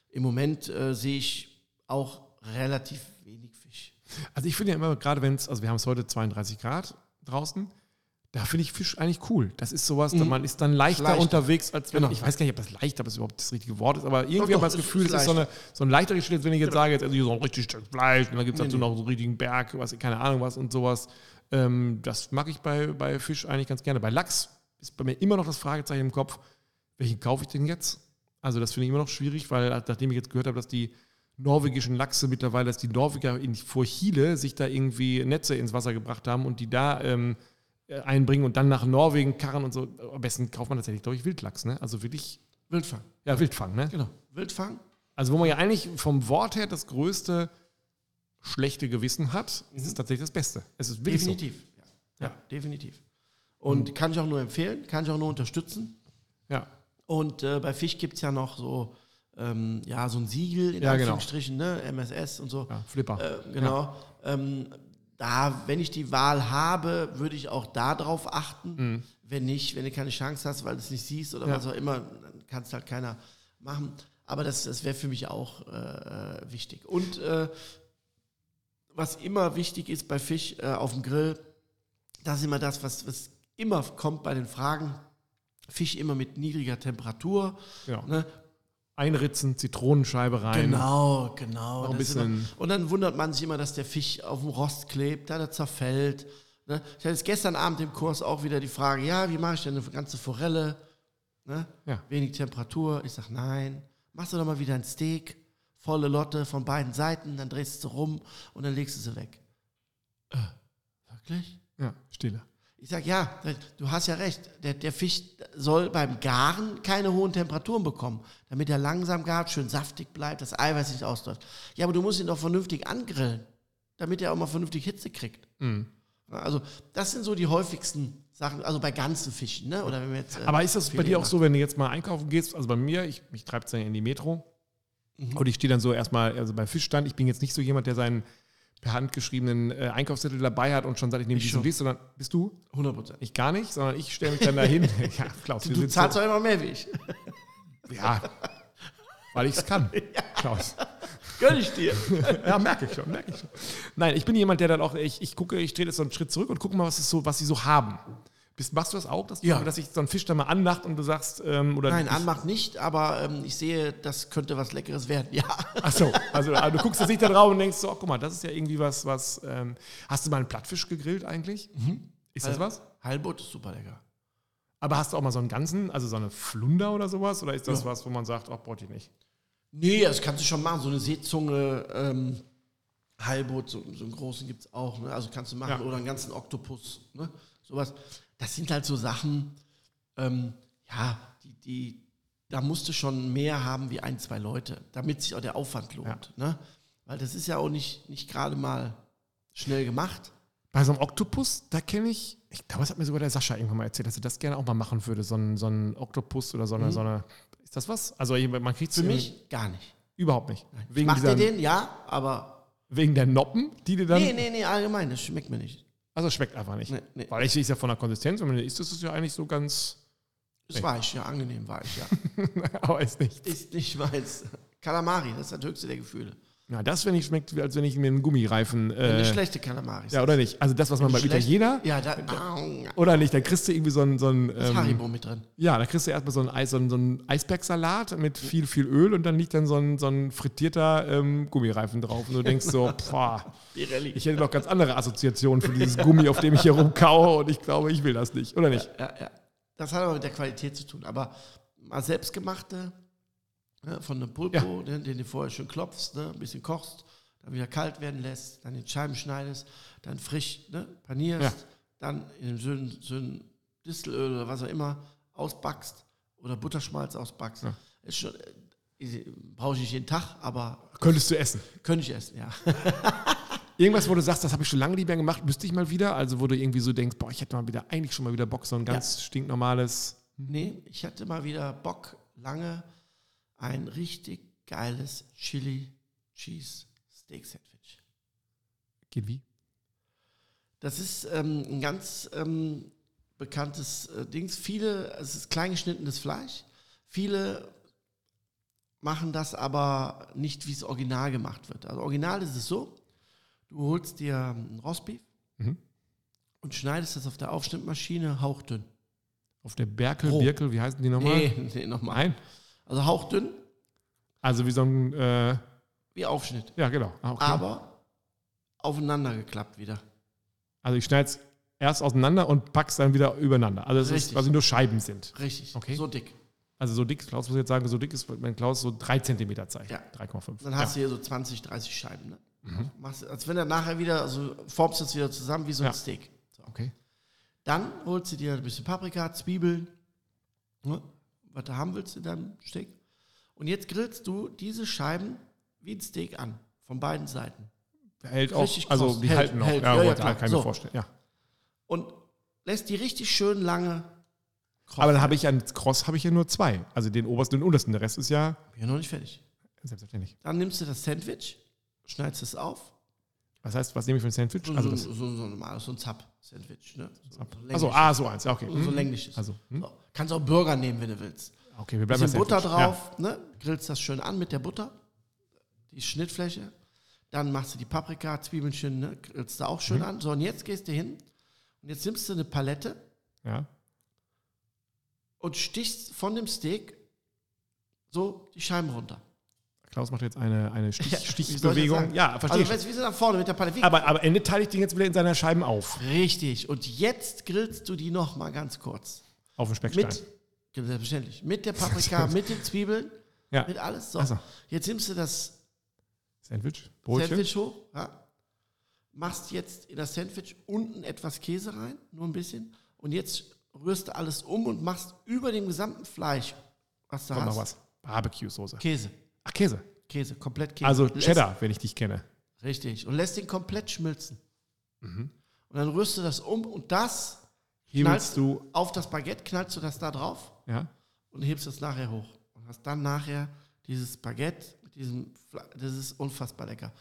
Speaker 2: im Moment äh, sehe ich auch relativ wenig Fisch.
Speaker 1: Also ich finde ja immer, gerade wenn es, also wir haben es heute 32 Grad draußen, da finde ich Fisch eigentlich cool. Das ist sowas, da man ist dann leichter,
Speaker 2: Mhm. Leichter.
Speaker 1: unterwegs, als wenn,
Speaker 2: Genau.
Speaker 1: ich weiß gar nicht, ob das leichter, ob das überhaupt das richtige Wort ist, aber irgendwie
Speaker 2: Doch,
Speaker 1: habe ich
Speaker 2: doch,
Speaker 1: das
Speaker 2: es
Speaker 1: Gefühl,
Speaker 2: ist Genau.
Speaker 1: es ist so, eine, so ein leichteres Schritt, wenn ich jetzt sage, jetzt esse ich so ein richtig Stück Fleisch und dann gibt es dazu
Speaker 2: nee.
Speaker 1: noch so einen richtigen Berg, was, keine Ahnung was und sowas. Ähm, das mag ich bei, bei Fisch eigentlich ganz gerne. Bei Lachs ist bei mir immer noch das Fragezeichen im Kopf, welchen kaufe ich denn jetzt? Also das finde ich immer noch schwierig, weil nachdem ich jetzt gehört habe, dass die norwegischen Lachse mittlerweile, dass die Norweger in, vor Chile sich da irgendwie Netze ins Wasser gebracht haben und die da ähm, äh, einbringen und dann nach Norwegen karren und so. Am besten kauft man tatsächlich, glaube ich, Wildlachs, ne? Also wirklich,
Speaker 2: Wildfang.
Speaker 1: ja, Wildfang, ne?
Speaker 2: Genau. Wildfang.
Speaker 1: Also wo man ja eigentlich vom Wort her das größte schlechte Gewissen hat, ist es tatsächlich das Beste. Es ist wirklich so.
Speaker 2: Mhm. Definitiv. Ja. Ja. definitiv. Und kann ich auch nur empfehlen, kann ich auch nur unterstützen.
Speaker 1: Ja.
Speaker 2: Und äh, bei Fisch gibt es ja noch so, ähm, ja, so ein Siegel in
Speaker 1: Ja, genau.
Speaker 2: Anführungsstrichen, ne? MSS und so.
Speaker 1: ja, Flipper.
Speaker 2: Äh, genau. Ähm, da, wenn ich die Wahl habe, würde ich auch da drauf
Speaker 1: Mhm.
Speaker 2: achten. Wenn nicht, wenn du keine Chance hast, weil du es nicht siehst oder
Speaker 1: Ja.
Speaker 2: was auch immer, dann kann es halt keiner machen. Aber das, das wäre für mich auch äh, wichtig. Und äh, was immer wichtig ist bei Fisch äh, auf dem Grill, das ist immer das, was, was immer kommt bei den Fragen. Fisch immer mit niedriger Temperatur.
Speaker 1: Genau.
Speaker 2: Ne?
Speaker 1: Einritzen, Zitronenscheibe rein.
Speaker 2: Genau, genau.
Speaker 1: Noch ein
Speaker 2: Das ist immer-
Speaker 1: bisschen-
Speaker 2: und dann wundert man sich immer, dass der Fisch auf dem Rost klebt, da der zerfällt. Ne? Ich hatte jetzt gestern Abend im Kurs auch wieder die Frage, ja, wie mache ich denn eine ganze Forelle? Ne?
Speaker 1: Ja.
Speaker 2: Wenig Temperatur. Ich sage, nein, machst du doch mal wieder ein Steak, volle Lotte von beiden Seiten, dann drehst du sie rum und dann legst du sie weg. Äh, wirklich?
Speaker 1: Ja, Stille.
Speaker 2: Ich sage, ja, du hast ja recht. Der, der Fisch soll beim Garen keine hohen Temperaturen bekommen, damit er langsam gart, schön saftig bleibt, das Eiweiß nicht ausläuft. Ja, aber du musst ihn doch vernünftig angrillen, damit er auch mal vernünftig Hitze kriegt.
Speaker 1: Mhm.
Speaker 2: Also, das sind so die häufigsten Sachen, also bei ganzen Fischen, ne? Oder wenn wir jetzt. äh,
Speaker 1: Aber ist das bei
Speaker 2: Filet
Speaker 1: dir auch
Speaker 2: machen.
Speaker 1: so, wenn du jetzt mal einkaufen gehst? Also bei mir, ich, mich treibt es dann in die Metro.
Speaker 2: Mhm.
Speaker 1: Und ich stehe dann so erstmal also beim Fischstand. Ich bin jetzt nicht so jemand, der seinen per Hand geschriebenen äh, Einkaufszettel dabei hat und schon sagt, ich nehme
Speaker 2: Ich
Speaker 1: diesen
Speaker 2: schon.
Speaker 1: Weg, sondern bist du?
Speaker 2: 100 Prozent.
Speaker 1: Ich gar nicht, sondern ich stelle mich dann dahin. ja, Klaus,
Speaker 2: Du,
Speaker 1: wir
Speaker 2: du
Speaker 1: sind
Speaker 2: zahlst
Speaker 1: so,
Speaker 2: doch immer mehr wie ich.
Speaker 1: Ja, weil ich es kann. Klaus.
Speaker 2: Gönn ich dir.
Speaker 1: Ja, merke ich schon, merke ich schon. Nein, ich bin jemand, der dann auch, ich, ich gucke, ich drehe jetzt so einen Schritt zurück und gucke mal, was, es so, was sie so haben. Bist, machst du das auch, dass, du,
Speaker 2: Ja.
Speaker 1: dass ich so einen Fisch dann mal anlacht und du sagst, ähm, oder
Speaker 2: Nein,
Speaker 1: ich,
Speaker 2: anmacht nicht, aber ähm, ich sehe, das könnte was Leckeres werden. Ja.
Speaker 1: Ach so, also ah, du guckst jetzt nicht da drauf und denkst so, oh, guck mal, das ist ja irgendwie was, was. Ähm, hast du mal einen Plattfisch gegrillt eigentlich?
Speaker 2: Mhm.
Speaker 1: Ist
Speaker 2: Also
Speaker 1: das was?
Speaker 2: Heilbutt ist super lecker.
Speaker 1: Aber hast du auch mal so einen ganzen, also so eine Flunder oder sowas? Oder ist das
Speaker 2: Ja.
Speaker 1: was, wo man sagt, ach, brauche ich nicht?
Speaker 2: Nee, das kannst du schon machen. So eine Seezunge, ähm, Heilbutt, so, so einen großen gibt es auch. Ne? Also kannst du
Speaker 1: Ja.
Speaker 2: machen. Oder einen ganzen Oktopus. Ne? Sowas. Das sind halt so Sachen, ähm, ja, die, die, da musst du schon mehr haben wie ein, zwei Leute, damit sich auch der Aufwand lohnt. Ne? Weil das ist ja auch nicht, nicht gerade mal schnell gemacht.
Speaker 1: Bei so einem Oktopus, da kenne ich, ich glaube, das hat mir sogar der Sascha irgendwann mal erzählt, dass er das gerne auch mal machen würde, so einen, so einen Oktopus oder so eine, so eine. Ist das was? Also ich- man kriegt
Speaker 2: Mhm. Für mich gar nicht.
Speaker 1: überhaupt nicht. Wegen,
Speaker 2: Macht ihr
Speaker 1: dieser,
Speaker 2: den? Ja, aber.
Speaker 1: wegen der Noppen, die dir dann.
Speaker 2: Nee, nee, nee, allgemein, das schmeckt mir nicht.
Speaker 1: Also schmeckt einfach nicht.
Speaker 2: Nee, nee.
Speaker 1: Weil ich es ja von der Konsistenz, wenn man den isst, ist es ja eigentlich so ganz.
Speaker 2: Ist weich, ja, angenehm weich, ja.
Speaker 1: aber ist nicht.
Speaker 2: Ist nicht meins. Kalamari, das ist das höchste der Gefühle.
Speaker 1: Na, das, finde ich, schmeckt, wie als wenn ich mir einen Gummireifen.
Speaker 2: Eine
Speaker 1: Äh,
Speaker 2: schlechte Kalamaris.
Speaker 1: ja, oder nicht? Also das, was man bei
Speaker 2: Schlecht-
Speaker 1: Italiener.
Speaker 2: Ja, da. Au,
Speaker 1: Oder nicht? Dann kriegst du irgendwie so ein. So ein
Speaker 2: ist
Speaker 1: ähm,
Speaker 2: Haribo mit drin.
Speaker 1: ja, dann kriegst du erstmal so einen, Eis, so einen, so einen Eisbergsalat mit viel, viel Öl und dann liegt dann so ein, so ein frittierter ähm, Gummireifen drauf. Und du denkst so, pah,
Speaker 2: Pirelli.
Speaker 1: ich hätte noch ganz andere Assoziationen für dieses Gummi, auf dem ich hier rumkaue und ich glaube, ich will das nicht. Oder nicht?
Speaker 2: Ja, ja. Das hat aber mit der Qualität zu tun. Aber mal selbstgemachte, ne, von einem Pulpo, ne, den du vorher schön klopfst, ne, ein bisschen kochst, dann wieder kalt werden lässt, dann in Scheiben schneidest, dann frisch ne, panierst,
Speaker 1: Ja.
Speaker 2: dann in einem schönen, schönen Distelöl oder was auch immer ausbackst oder Butterschmalz ausbackst.
Speaker 1: Ja.
Speaker 2: Ist schon, äh, ist- brauche ich nicht jeden Tag, aber
Speaker 1: Könntest du essen.
Speaker 2: könnte ich essen, ja.
Speaker 1: Irgendwas, wo du sagst, das habe ich schon lange nicht mehr gemacht, müsste ich mal wieder. Also wo du irgendwie so denkst, boah, ich hätte mal wieder, eigentlich schon mal wieder Bock, so ein ganz stinknormales.
Speaker 2: Nee, ich hatte mal wieder Bock, lange ein richtig geiles Chili Cheese Steak Sandwich.
Speaker 1: Geht wie?
Speaker 2: Das ist ähm, ein ganz ähm, bekanntes äh, Dings. Viele, es ist kleingeschnittenes Fleisch. Viele machen das aber nicht, wie es original gemacht wird. Also original ist es so, du holst dir ein Roastbeef
Speaker 1: Mhm.
Speaker 2: und schneidest das auf der Aufschnittmaschine hauchdünn.
Speaker 1: Auf der Berkel,
Speaker 2: Roh.
Speaker 1: Birkel, wie heißen die nochmal?
Speaker 2: Nee, nee, nochmal.
Speaker 1: Nein.
Speaker 2: Also hauchdünn
Speaker 1: Also wie so ein, äh,
Speaker 2: wie Aufschnitt.
Speaker 1: ja genau. Ah, okay.
Speaker 2: aber aufeinander geklappt wieder.
Speaker 1: Also ich schneide es erst auseinander und pack's dann wieder übereinander. Also es ist
Speaker 2: Richtig.
Speaker 1: quasi nur Scheiben sind.
Speaker 2: Richtig.
Speaker 1: Okay.
Speaker 2: So dick.
Speaker 1: Also so dick, Klaus muss jetzt sagen, so dick ist, wenn Klaus so 3 cm zeigt.
Speaker 2: Ja.
Speaker 1: 3,5.
Speaker 2: Dann hast du hier so 20, 30 Scheiben. Ne?
Speaker 1: Mhm.
Speaker 2: Machst, als wenn er nachher wieder, also formst du es wieder zusammen wie so ein
Speaker 1: Ja.
Speaker 2: Steak. So.
Speaker 1: ja. Okay.
Speaker 2: Dann holst du dir ein bisschen Paprika, Zwiebeln, ne? was du haben willst in deinem Steak. Und jetzt grillst du diese Scheiben wie ein Steak an, von beiden Seiten.
Speaker 1: Hält auch,
Speaker 2: Richtig
Speaker 1: also
Speaker 2: kross.
Speaker 1: die
Speaker 2: Hält,
Speaker 1: halten auch.
Speaker 2: hält.
Speaker 1: Ja,
Speaker 2: Ja, ja,
Speaker 1: wollte-
Speaker 2: klar.
Speaker 1: kann ich mir
Speaker 2: So.
Speaker 1: vorstellen. Ja.
Speaker 2: Und lässt die richtig schön lange kochen.
Speaker 1: Aber dann habe ich ja, Cross habe ich ja nur zwei. Also den obersten und den untersten. Der Rest ist ja
Speaker 2: Bin noch nicht fertig.
Speaker 1: selbstverständlich.
Speaker 2: Dann nimmst du das Sandwich, schneidest es auf
Speaker 1: Was heißt, was nehme ich für ein Sandwich?
Speaker 2: So,
Speaker 1: Also
Speaker 2: so,
Speaker 1: das.
Speaker 2: so, so, so, normal, so ein Zap-Sandwich. Ne? So, so
Speaker 1: Achso,
Speaker 2: längliches.
Speaker 1: ah, so eins. Ja, okay.
Speaker 2: so, so
Speaker 1: Hm.
Speaker 2: längliches.
Speaker 1: Also, hm?
Speaker 2: so. Kannst auch Burger nehmen, wenn du willst.
Speaker 1: Okay, wir bleiben
Speaker 2: Bisschen
Speaker 1: bei Sandwich.
Speaker 2: Butter drauf, ne? grillst das schön an mit der Butter, die Schnittfläche. Dann machst du die Paprika, Zwiebeln schön, ne? grillst du auch schön
Speaker 1: Mhm.
Speaker 2: an. So, und jetzt gehst du hin und jetzt nimmst du eine Palette
Speaker 1: Ja. ja.
Speaker 2: und stichst von dem Steak so die Scheiben runter.
Speaker 1: Klaus macht jetzt eine, eine
Speaker 2: Ja,
Speaker 1: Stich,
Speaker 2: wie soll ich das
Speaker 1: Stichbewegung.
Speaker 2: sagen?
Speaker 1: Ja, verstehe
Speaker 2: Also,
Speaker 1: ich.
Speaker 2: weißt du, wie sind da vorne mit der Palette? Wie
Speaker 1: Aber am Ende teile ich den jetzt wieder in seiner Scheiben auf.
Speaker 2: Richtig. Und jetzt grillst du die nochmal ganz kurz.
Speaker 1: Auf dem Speckstein.
Speaker 2: Mit, Genau, selbstverständlich. Mit der Paprika, mit den Zwiebeln,
Speaker 1: ja. Also.
Speaker 2: mit alles. So.
Speaker 1: Ach so.
Speaker 2: Jetzt nimmst du das
Speaker 1: Sandwich, Brötchen.
Speaker 2: Sandwich hoch, ja, machst jetzt in das Sandwich unten etwas Käse rein, nur ein bisschen. Und jetzt rührst du alles um und machst über dem gesamten Fleisch, was du
Speaker 1: Kommt noch was.
Speaker 2: hast,
Speaker 1: Barbecue-Soße.
Speaker 2: Käse.
Speaker 1: Ach, Käse.
Speaker 2: Käse, komplett Käse.
Speaker 1: Also
Speaker 2: Lässt-
Speaker 1: Cheddar, wenn ich dich kenne.
Speaker 2: Richtig. Und lässt den komplett schmilzen.
Speaker 1: Mhm.
Speaker 2: Und dann rührst du das um und das
Speaker 1: Hebelst du,
Speaker 2: auf das Baguette, knallst du das da drauf
Speaker 1: ja?
Speaker 2: und hebst es nachher hoch. Und hast dann nachher dieses Baguette mit diesem Fle- das ist unfassbar lecker.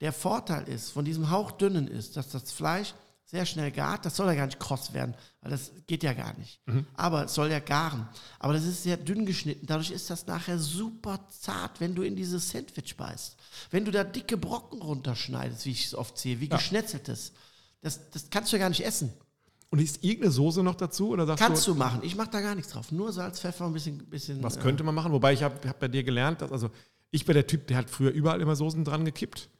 Speaker 2: Der Vorteil ist, von diesem hauchdünnen ist, dass das Fleisch sehr schnell gart. Das soll ja gar nicht kross werden, weil das geht ja gar nicht.
Speaker 1: Mhm.
Speaker 2: Aber es soll ja garen. Aber das ist sehr dünn geschnitten. Dadurch ist das nachher super zart, wenn du in dieses Sandwich beißt. Wenn du da dicke Brocken runterschneidest, wie ich es oft sehe, wie geschnetzeltes. Das, das kannst du ja gar nicht essen.
Speaker 1: Und ist irgendeine Soße noch dazu? Oder sagst
Speaker 2: Kannst
Speaker 1: du,
Speaker 2: du machen. Ich mache da gar nichts drauf. Nur Salz, Pfeffer, ein bisschen. bisschen
Speaker 1: was
Speaker 2: äh,
Speaker 1: könnte man machen? Wobei ich habe hab bei dir gelernt, dass, also ich bin der Typ, der hat früher überall immer Soßen dran gekippt.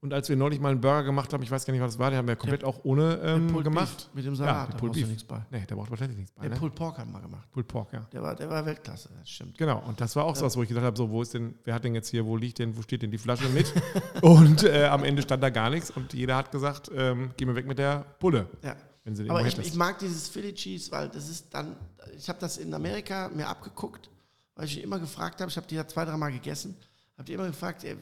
Speaker 1: Und als wir neulich mal einen Burger gemacht haben, ich weiß gar nicht, was das war, den haben wir komplett auch ohne ähm,
Speaker 2: Pulled
Speaker 1: gemacht.
Speaker 2: Beef Hm, mit dem Salat,
Speaker 1: mit
Speaker 2: da
Speaker 1: Pulled
Speaker 2: brauchst du
Speaker 1: Beef.
Speaker 2: nichts bei.
Speaker 1: Nee, da braucht man tatsächlich nichts bei.
Speaker 2: Der
Speaker 1: Ne?
Speaker 2: Pulled Pork haben wir gemacht.
Speaker 1: Pulled Pork, ja.
Speaker 2: Der war, der war Weltklasse, das stimmt.
Speaker 1: Genau, und das war auch so was, wo ich gedacht habe, so, wo ist denn, wer hat denn jetzt hier, wo liegt denn, wo steht denn die Flasche mit? und äh, am Ende stand da gar nichts und jeder hat gesagt, ähm, geh mir weg mit der Pulle.
Speaker 2: Ja.
Speaker 1: Wenn sie den
Speaker 2: Aber
Speaker 1: irgendwo
Speaker 2: ich,
Speaker 1: hättest.
Speaker 2: ich mag dieses Philly Cheese, weil das ist dann, ich habe das in Amerika mir abgeguckt, weil ich immer gefragt habe, ich habe die ja zwei, dreimal gegessen, habe die immer gefragt, ey,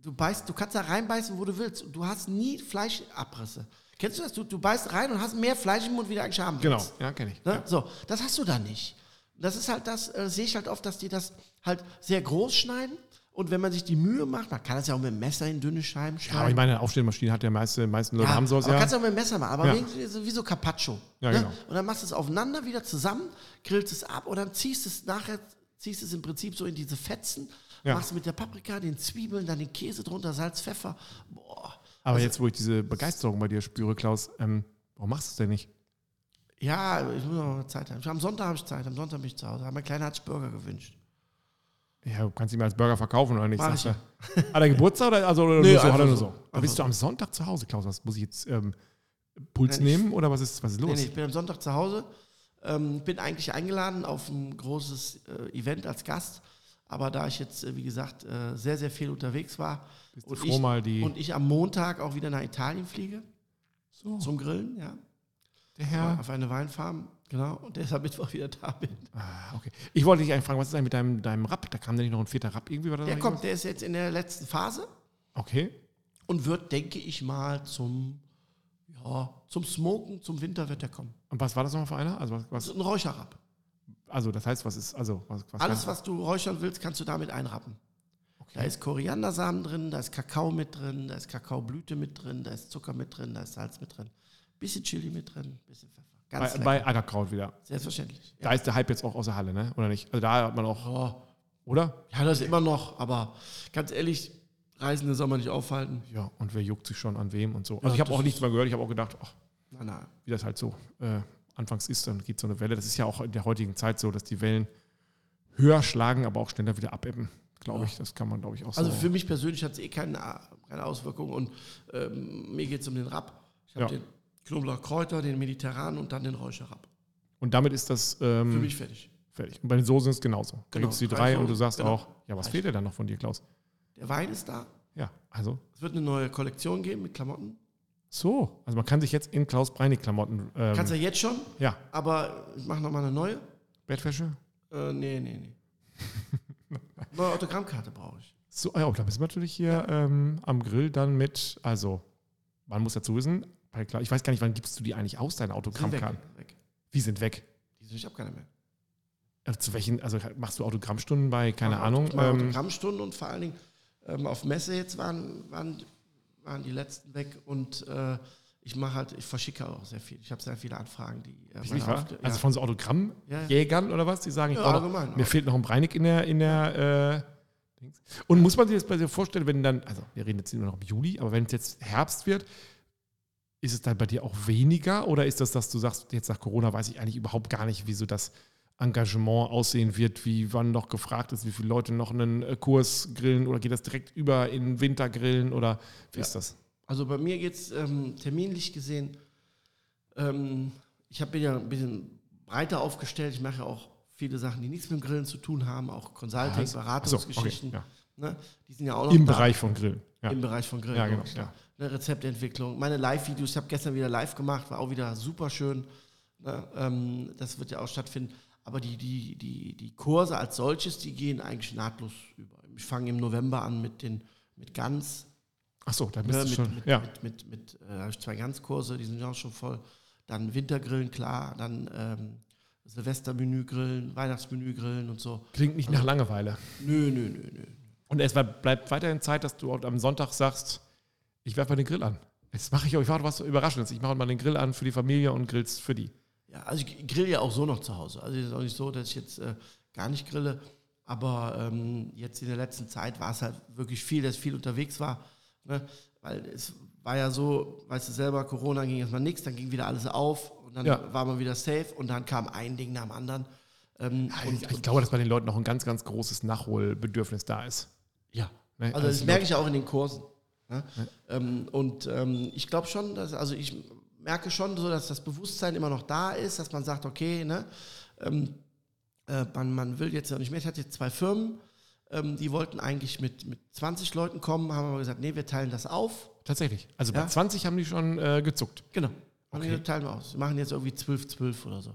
Speaker 2: du beißt, du kannst da reinbeißen, wo du willst. Und du hast nie Fleischabrisse. Kennst du das? Du, du beißt rein und hast mehr Fleisch im Mund, wie du eigentlich haben
Speaker 1: Genau,
Speaker 2: willst.
Speaker 1: ja, kenne ich.
Speaker 2: Ne? So, das hast du da nicht. Das ist halt das, äh, sehe ich halt oft, dass die das halt sehr groß schneiden. Und wenn man sich die Mühe macht, man kann das ja auch mit dem Messer in dünne Scheiben schneiden.
Speaker 1: Aber ich meine, eine Aufstehmaschine hat der meiste, meisten Leute
Speaker 2: Ja,
Speaker 1: haben sowas,
Speaker 2: aber
Speaker 1: ja.
Speaker 2: kannst du auch mit dem Messer machen, aber
Speaker 1: Ja.
Speaker 2: wenigstens so wie so Carpaccio.
Speaker 1: Ja,
Speaker 2: ne?
Speaker 1: genau.
Speaker 2: Und dann machst du es aufeinander wieder zusammen, grillst es ab und dann ziehst es nachher, ziehst es im Prinzip so in diese Fetzen,
Speaker 1: Ja.
Speaker 2: machst mit der Paprika, den Zwiebeln, dann den Käse drunter, Salz, Pfeffer. Boah.
Speaker 1: Aber jetzt, wo ich diese Begeisterung bei dir spüre, Klaus, ähm, warum machst du es denn nicht?
Speaker 2: Ja, ich muss noch mal Zeit haben. Am Sonntag habe ich Zeit, am Sonntag bin ich zu Hause. Haben mein Kleiner hat sich Burger gewünscht.
Speaker 1: Ja, du kannst ihn mir als Burger verkaufen oder nicht?
Speaker 2: Mach
Speaker 1: Sagst du. Hat er Geburtstag oder, also, oder nur so?
Speaker 2: einfach
Speaker 1: Hat er nur
Speaker 2: so.
Speaker 1: so. Da bist du am Sonntag zu Hause, Klaus. Was muss ich jetzt ähm, Puls
Speaker 2: Nein, ich-
Speaker 1: nehmen oder was ist, was ist los?
Speaker 2: Nee, nee, ich bin am Sonntag zu Hause. Ähm, bin eigentlich eingeladen auf ein großes äh, Event als Gast. Aber da ich jetzt, äh, wie gesagt, äh, sehr, sehr viel unterwegs war
Speaker 1: Bist du
Speaker 2: und,
Speaker 1: froh,
Speaker 2: ich,
Speaker 1: mal die-
Speaker 2: und ich am Montag auch wieder nach Italien fliege
Speaker 1: So,
Speaker 2: zum Grillen, ja,
Speaker 1: der Herr.
Speaker 2: auf eine Weinfarm, genau, und deshalb Mittwoch wieder da bin.
Speaker 1: Ah, okay. Ich wollte dich eigentlich fragen, was ist eigentlich mit deinem, deinem Rapp? Da kam denn nicht noch ein vierter Rapp irgendwie? War da
Speaker 2: Der
Speaker 1: noch
Speaker 2: kommt, der ist jetzt in der letzten Phase
Speaker 1: irgendwas? Okay.
Speaker 2: und wird, denke ich mal, zum, ja, zum Smoken, zum Winter wird der kommen.
Speaker 1: Und was war das nochmal für einer? Also, was,
Speaker 2: Das
Speaker 1: was,
Speaker 2: ist ein Räucherrapp.
Speaker 1: also das heißt, was ist, also, was, was
Speaker 2: Alles, was du räuchern willst, kannst du damit einrappen. Da ist Koriandersamen drin, da ist Kakao mit drin, da ist Kakaoblüte mit drin, da ist Zucker mit drin, da ist Salz mit drin. Bisschen Chili mit drin, bisschen Pfeffer. Ganz
Speaker 1: bei,
Speaker 2: lecker.
Speaker 1: bei Eiterkraut wieder.
Speaker 2: Selbstverständlich. Ja.
Speaker 1: Da ist der Hype jetzt auch außer Halle, ne? Oder nicht? Also da hat man auch,
Speaker 2: Oh,
Speaker 1: oder?
Speaker 2: ja, das immer noch, aber ganz ehrlich, Reisende soll man nicht aufhalten.
Speaker 1: Ja, und wer juckt sich schon an wem und so. Also ich habe auch nichts mehr gehört, ich habe auch gedacht, ach,
Speaker 2: Nein, nein.
Speaker 1: wie das halt so äh, anfangs ist, dann gibt es so eine Welle. Das ist ja auch in der heutigen Zeit so, dass die Wellen höher schlagen, aber auch schneller wieder abebben. Glaube ich, das kann man, glaube ich, auch
Speaker 2: Also
Speaker 1: so.
Speaker 2: für mich persönlich hat es eh keine, keine Auswirkung und ähm, mir geht es um den Rapp. Ich habe
Speaker 1: Ja.
Speaker 2: den Knoblauchkräuter, den Mediterranen und dann den Räucherrapp.
Speaker 1: und damit ist das
Speaker 2: Für
Speaker 1: ähm,
Speaker 2: mich fertig.
Speaker 1: fertig. Und bei den Soßen ist es genauso. Da
Speaker 2: Genau,
Speaker 1: gibt es die
Speaker 2: drei
Speaker 1: drei
Speaker 2: Soßen,
Speaker 1: und du sagst
Speaker 2: genau.
Speaker 1: auch, ja, was fehlt dir dann noch von dir, Klaus?
Speaker 2: Der Wein ist da.
Speaker 1: Ja, also
Speaker 2: Es wird eine neue Kollektion geben mit Klamotten.
Speaker 1: so. Also man kann sich jetzt in Klaus Breinig-Klamotten. Ähm,
Speaker 2: Kannst du ja jetzt schon,
Speaker 1: ja,
Speaker 2: aber ich mache nochmal eine neue.
Speaker 1: Bettwäsche.
Speaker 2: Äh, nee, nee, nee. Neue Autogrammkarte brauche ich.
Speaker 1: So, ah ja, da bist du natürlich hier ähm, am Grill dann mit, also man muss dazu wissen, weil klar, ich weiß gar nicht, wann gibst du die eigentlich aus, deine
Speaker 2: Sind weg,
Speaker 1: Autogrammkarten?
Speaker 2: weg.
Speaker 1: Wie sind weg?
Speaker 2: Die sind- Ich habe keine mehr.
Speaker 1: Also zu welchen, also machst du Autogrammstunden bei, keine
Speaker 2: Mach
Speaker 1: Ahnung,
Speaker 2: Auto- mach
Speaker 1: ähm,
Speaker 2: Autogrammstunden und vor allen Dingen ähm, auf Messe jetzt waren, waren, waren die letzten weg und äh, ich mache halt, ich verschicke auch sehr viel. Ich habe sehr viele Anfragen, die. Äh,
Speaker 1: nicht
Speaker 2: meine
Speaker 1: wahr?
Speaker 2: Aufge-
Speaker 1: Also
Speaker 2: ja.
Speaker 1: von so
Speaker 2: Ja, ja.
Speaker 1: Autogrammjägern oder was? Die sagen, ich
Speaker 2: Ja,
Speaker 1: brauche
Speaker 2: allgemein,
Speaker 1: mir
Speaker 2: allgemein.
Speaker 1: fehlt noch ein Breinig in der, in der äh, Dings. Und muss man sich jetzt bei dir vorstellen, wenn dann, also wir reden jetzt immer noch im Juli, aber wenn es jetzt Herbst wird, ist es dann bei dir auch weniger oder ist das, dass du sagst, jetzt nach Corona weiß ich eigentlich überhaupt gar nicht, wie so das Engagement aussehen wird, wie wann noch gefragt ist, wie viele Leute noch einen äh, Kurs grillen oder geht das direkt über in Winter grillen oder wie ist das?
Speaker 2: Also bei mir geht es ähm, terminlich gesehen, ähm, ich habe ja ein bisschen breiter aufgestellt. Ich mache ja auch viele Sachen, die nichts mit dem Grillen zu tun haben, auch Consulting,
Speaker 1: Also,
Speaker 2: Beratungsgeschichten.
Speaker 1: achso, okay,
Speaker 2: ne? Die sind ja auch noch
Speaker 1: Im
Speaker 2: da.
Speaker 1: Bereich von Grillen. Ja.
Speaker 2: im Bereich von Grillen.
Speaker 1: Ja, genau,
Speaker 2: logisch, klar. Ne, Rezeptentwicklung, meine Live-Videos, ich habe gestern wieder live gemacht, war auch wieder super schön. Ne, ähm, das wird ja auch stattfinden. Aber die, die, die, die Kurse als solches, die gehen eigentlich nahtlos über. Ich fange im November an mit den mit Gans,
Speaker 1: Achso, da bist
Speaker 2: ne,
Speaker 1: du
Speaker 2: mit,
Speaker 1: schon.
Speaker 2: mit,
Speaker 1: ja.
Speaker 2: mit, mit, mit, äh, habe ich zwei Ganzkurse, die sind ja auch schon voll. Dann Wintergrillen, klar, dann ähm, Silvestermenü grillen, Weihnachtsmenü grillen und so.
Speaker 1: Klingt nicht
Speaker 2: Also
Speaker 1: nach Langeweile.
Speaker 2: Nö, nö, nö, nö.
Speaker 1: Und es war- bleibt weiterhin Zeit, dass du am Sonntag sagst, ich werfe mal den Grill an. Jetzt mache ich euch was Überraschendes. Ich mache mal den Grill an für die Familie und grill's für die.
Speaker 2: Ja, also ich grill ja auch so noch zu Hause. Also es ist auch nicht so, dass ich jetzt äh, gar nicht grille. Aber ähm, jetzt in der letzten Zeit war es halt wirklich viel, dass ich viel unterwegs war. Ne? Weil es war ja so, weißt du selber, Corona ging erstmal nichts, dann ging wieder alles auf und dann
Speaker 1: Ja.
Speaker 2: war man wieder safe und dann kam ein Ding nach dem anderen. Ähm, und,
Speaker 1: ich glaube, dass bei den Leuten noch ein ganz, ganz großes Nachholbedürfnis da ist.
Speaker 2: ja.
Speaker 1: Ne?
Speaker 2: Also das
Speaker 1: die
Speaker 2: merke ich ja auch in den Kursen. Ne? Ähm, und ähm, ich glaube schon, dass, also ich merke schon so, dass das Bewusstsein immer noch da ist, dass man sagt, okay, ne, ähm, äh, man, man will jetzt ja nicht mehr. Ich hatte jetzt zwei Firmen, ähm, die wollten eigentlich mit, mit 20 Leuten kommen, haben aber gesagt, nee, wir teilen das auf.
Speaker 1: Leute- tatsächlich. Also bei
Speaker 2: Ja.
Speaker 1: 20 haben die schon äh, gezuckt.
Speaker 2: Genau. Und
Speaker 1: Okay.
Speaker 2: wir teilen wir aus. Wir machen jetzt irgendwie 12, 12 oder so.